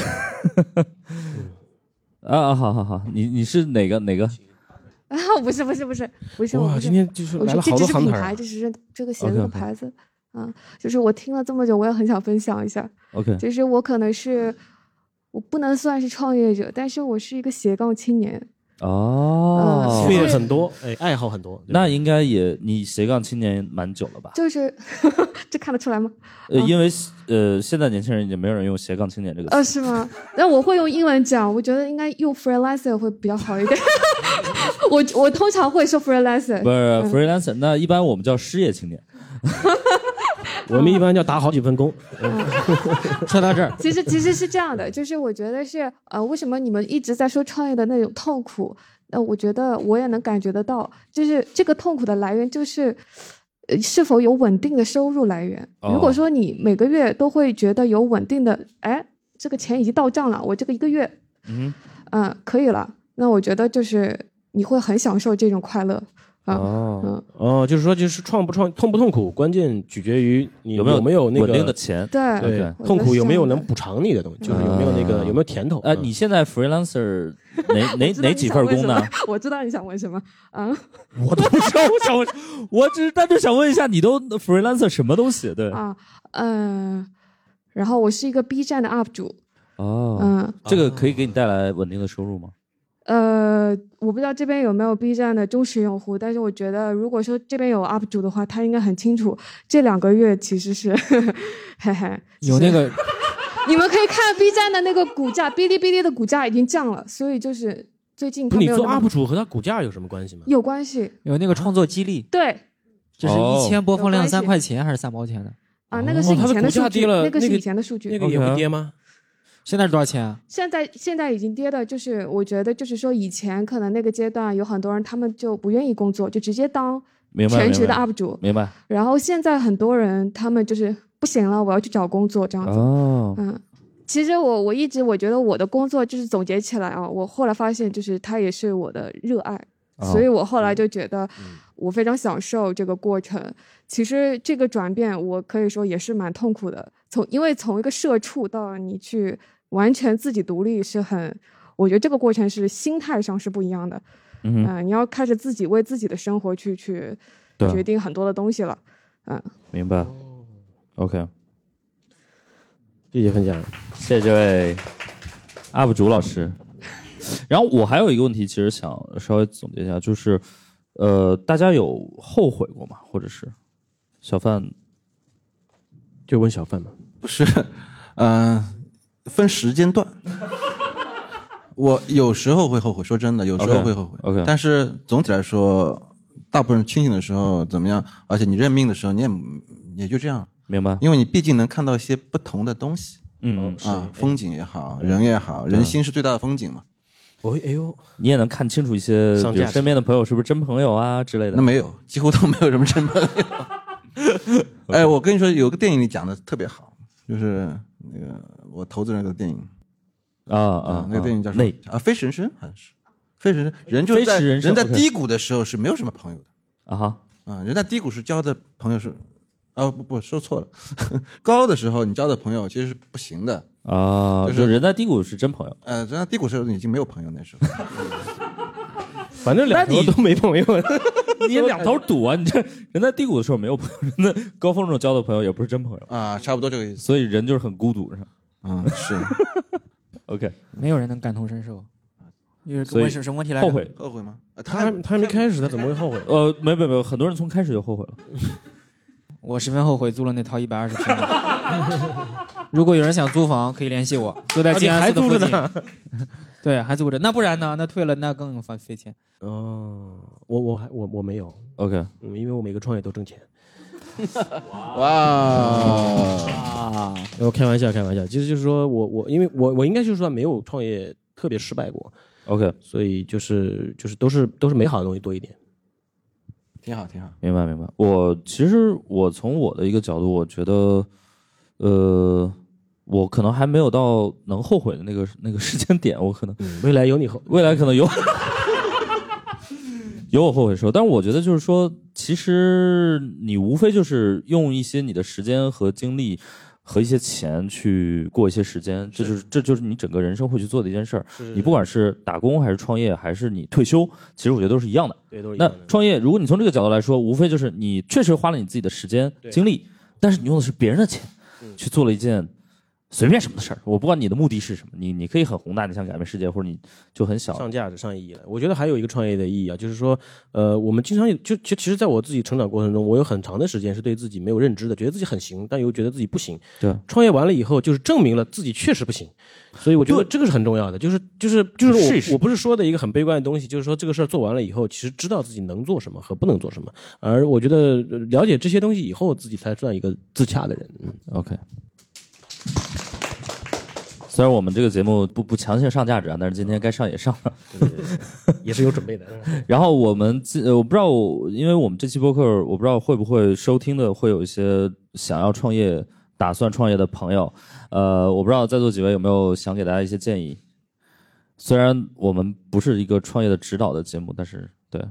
啊啊，好好好，你你是哪个哪个？
啊， 不是不是不是不是，我
哇
不是
今天就是
我
来
说
了好
这
多
只是
行
品
头儿啊
牌，这只是这个鞋子的
OK，OK
牌子啊，就是我听了这么久，我也很想分享一下。
OK
就是我可能是我不能算是创业者，但是我是一个斜杠青年。
呃
哦，
副业很多，哎，爱好很多。
那应该也你斜杠青年蛮久了吧？
就是 这看得出来吗？
呃，
嗯
因为呃，现在年轻人已经没有人用斜杠青年这个词。
呃，是吗？ 但我会用英文讲，我觉得应该用 freelancer 会比较好一点。 我我通常会说 freelancer，
不
嗯
是 freelancer，那一般我们叫失业青年。
我们一般叫打好几份工。
嗯
说 到这儿，
其实其实是这样的，就是我觉得是呃，为什么你们一直在说创业的那种痛苦？呃，我觉得我也能感觉得到，就是这个痛苦的来源就是。呃是否有稳定的收入来源？如果
哦
说你每个月都会觉得有稳定的，哎，这个钱已经到账了，我这个一个月，
嗯，
嗯、可以了，那我觉得就是你会很享受这种快乐啊。
哦哦，就是说，就是创不创、痛不痛苦，关键取决于你
有没有
没有那个
稳定的钱
对
对
OK，
痛苦有没有能补偿你的
嗯
东西，就是有没有那个
啊
有没有甜头。
呃，你现在 freelancer 哪哪
我知道
哪
你
几
想
份
问
工
什
呢
么？？ 我知道你想问什么啊。
我 都不知道，我想问，我只是单纯想问一下，你都 freelancer 什么东西？对，
啊，嗯，然后我是一个 B 站的 UP 主，
哦
嗯
这个可以给你带来稳定的收入吗？
呃，我不知道这边有没有 B 站的忠实用户，但是我觉得如果说这边有 UP 主的话，他应该很清楚这两个月其实是， 嘿嘿，
有那个
你们可以看 B 站的那个股价，哔哩哔哩的股价已经降了，所以就是最近
不
它
是
没
你
有
做
那么
UP 主和他股价有什么关系吗？
有关系，
有那个创作激励，
对
就是
哦
一千播放
有
量
关系
三块钱还是三毛钱的？
啊，那个是以前的数据，那个是以前的数据，
吗？
现在是多少钱啊？
现在现在已经跌的，就是我觉得就是说，以前可能那个阶段有很多人他们就不愿意工作，就直接当
明白
全职的
明白
UP 主。
明白
然后现在很多人他们就是不行了，我要去找工作这样子。
哦
嗯，其实我我一直我觉得我的工作就是总结起来啊，我后来发现就是它也是我的热爱，
哦
所以我
嗯
后来就觉得我非常享受这个过程。其实这个转变我可以说也是蛮痛苦的，从因为从一个社畜到你去完全自己独立是很，我觉得这个过程是心态上是不一样的。
嗯哼
呃你要开始自己为自己的生活去去
对啊
决定很多的东西了，嗯、
明白。OK，
谢谢分享，
谢谢这位 UP 主老师。然后我还有一个问题，其实想稍微总结一下，就是，呃，大家有后悔过吗？或者是小范
就问小范吧。
不是，嗯、分时间段。我有时候会后悔，说真的，有时候
OK，
会后悔。
OK
但是总体来说，大部分人清醒的时候怎么样？而且你认命的时候，你也也就这样。
明白？
因为你毕竟能看到一些不同的东西。
嗯嗯
啊，
是
风景也好，人也好，
对
人心是最大的风景嘛。
我哎呦，
你也能看清楚一些，
上
呃比如
价值
身边的朋友是不是真朋友啊之类的？
那没有，几乎都没有什么真朋友。 哎，我跟你说，有个电影里讲的特别好，就是那个我投资人的电影
啊啊
那个电影叫什
啊
么？啊，《飞驰人生》好像是，《飞 驰人生》人就是在
飞驰人生
在
OK
低谷的时候是没有什么朋友的
啊哈，
啊，人在低谷时交的朋友是，哦不不说错了， 高的时候你交的朋友其实是不行的，
啊，
就是
就人在低谷是真朋友。
呃，人在低谷时候已经没有朋友那时候。
反正两头都没朋友，
你也两头堵啊！你这人在低谷的时候没有朋友，人在高峰中交的朋友也不是真朋友
啊，差不多这个意思。
所以人就是很孤独，是吧？
嗯，是。
OK，
没有人能感同身受。啊就是
所以
问是什么问题来着？
后悔
后悔吗？啊
他还他还没开始，他怎么会后悔？
呃，没没没，很多人从开始就后悔了。
我十分后悔租了那套一百二十平米。如果有人想租房，可以联系 我，就在
啊
静
你
安
还
寺的
租
附
着
近
呢。
对，还租着。那不然呢？那退了那更费费钱。
哦，我我还我我没有
OK，
嗯，因为我每个创业 都挣钱。
哦
哇！
我开玩笑，开玩笑， 其实就是说我我因为我我应该就是说没有创业特别失败过
OK，
所以就是就是都是都是美好的东西多一点。
挺好，挺好。
明白明白。我其实我从我的一个角度，我觉得，呃，我可能还没有到能后悔的那个那个时间点，我可能、
嗯未来有你后，
未来可能有 有我后悔的时候，但是我觉得就是说，其实你无非就是用一些你的时间和精力。和一些钱去过一些时间，这就是这就是你整个人生会去做的一件事儿
是是。
你不管是打工还是创业，还是你退休，其实我觉得都是一样的。
对，都是一样
那
的。
创业，如果你从这个角度来说，无非就是你确实花了你自己的时间
对、
精力，但是你用的是别人的钱
嗯
去做了一件随便什么的事儿。我不管你的目的是什么，你你可以很宏大，你想改变世界，或者你就很小。
上价值、上意义了。我觉得还有一个创业的意义啊，就是说，呃，我们经常有就就其实，在我自己成长过程中，我有很长的时间是对自己没有认知的，觉得自己很行，但又觉得自己不行。
对，
创业完了以后，就是证明了自己确实不行，所以我觉得这个是很重要的。就是就是就是我
试一试
我不是说的一个很悲观的东西，就是说这个事儿做完了以后，其实知道自己能做什么和不能做什么，而我觉得呃了解这些东西以后，自己才算一个自洽的人。嗯
OK。虽然我们这个节目不不强行上价值啊，但是今天该上也上了。
也是有准 备的。
然后我们这呃，我不知道我，因为我们这期播客，我不知道会不会收听的会有一些想要创业、打算创业的朋友。呃，我不知道在座几位有没有想给大家一些建议。虽然我们不是一个创业的指导的节目，但是对，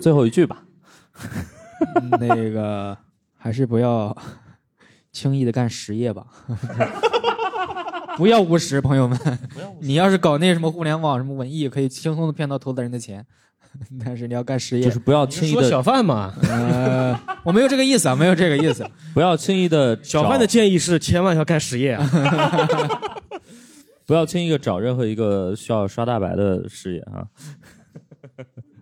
最后一句吧。
嗯那个还是不要轻易的干实业吧， 不要务实，朋友们。你要是搞那什么互联网、什么文艺，可以轻松的骗到投资人的钱， 但是你要干实业，
就是不要轻易地你是说小
贩嘛。
呃，我没有这个意思啊，没有这个意 思。
不要轻易的
小范的建议是，千万要干实业啊。
不要轻易的找任何一个需要刷大白的事业啊。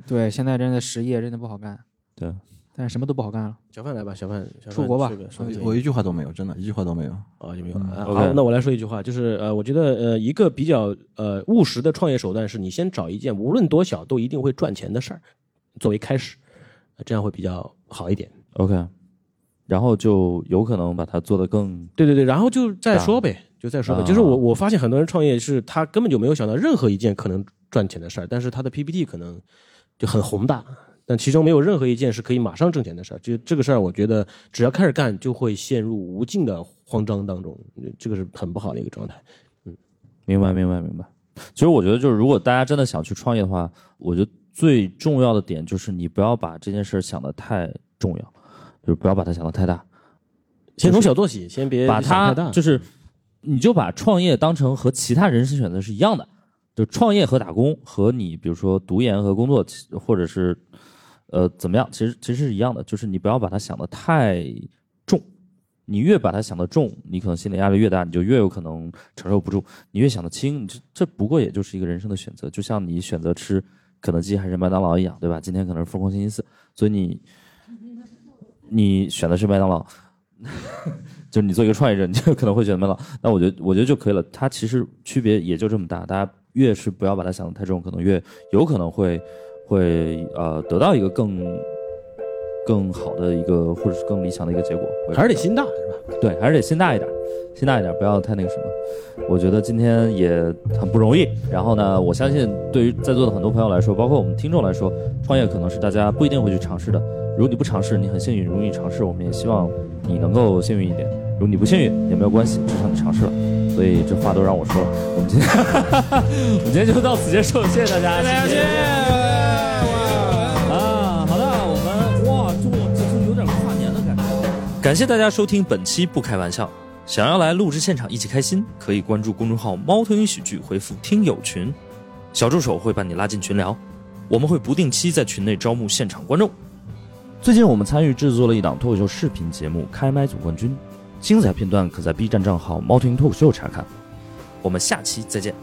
对，现在真的实业真的不好干。
对，
但是什么都不好干了。
小范来吧，小范，小范
出国吧
说一个说一个
我一句话都没有，真的，一句话都没有。嗯
哦，有没有？啊
OK
好，那我来说一句话，就是呃，我觉得呃，一个比较呃务实的创业手段是你先找一件无论多小都一定会赚钱的事儿作为开始，呃这样会比较好一点。
OK，然后就有可能把它做得更
对对对，然后就再说呗，就再说呗。
啊
就是我我发现很多人创业是他根本就没有想到任何一件可能赚钱的事儿，但是他的 PPT 可能就很宏大，但其中没有任何一件是可以马上挣钱的事儿。就这个事儿，我觉得只要开始干，就会陷入无尽的慌张当中，这个是很不好的一个状态。
明白，明白，明白。其实我觉得，就是如果大家真的想去创业的话，我觉得最重要的点就是你不要把这件事儿想得太重要，就是不要把它想得太大。
先从小做起，先别
把
想
它
太大
就是，你就把创业当成和其他人生选择是一样的，就创业和打工和你比如说读研和工作，其或者是呃怎么样，其实其实是一样的，就是你不要把它想得太重，你越把它想得重，你可能心理压力越大，你就越有可能承受不住；你越想得轻，你这这不过也就是一个人生的选择，就像你选择吃肯德基还是麦当劳一样，对吧？今天可能是疯狂星期四，所以你你选的是麦当劳。 就是你做一个创业者，你 就可能会选麦当劳。那我觉得，我觉得就可以了。它其实区别也就这么大，大家越是不要把它想得太重，可能越有可能会会呃得到一个更更好的一个或者是更理想的一个结果。我也不知道
还是得心大，是吧？
对，还是得心大一点，心大一点，不要太那个什么。我觉得今天也很不容易。然后呢，我相信对于在座的很多朋友来说，包括我们听众来说，创业可能是大家不一定会去尝试的。如果你不尝试，你很幸运；如果你尝试，我们也希望你能够幸运一点。如果你不幸运也没有关系，至少你尝试了。所以这话都让我说了。我们今天， 我们今天就到此结束，谢谢大家，谢谢。啊，好的，我们哇，就我这就有点跨年的感觉。感谢大家收听本期《不开玩笑》。想要来录制现场一起开心，可以关注公众号“猫头鹰喜剧”，回复“听友群”，小助手会把你拉进群聊。我们会不定期在群内招募现场观众。最近我们参与制作了一档脱口秀视频节目《开麦总冠军》，精彩片段可在 B 站账号“猫头鹰脱口秀”查看。我们下期再见。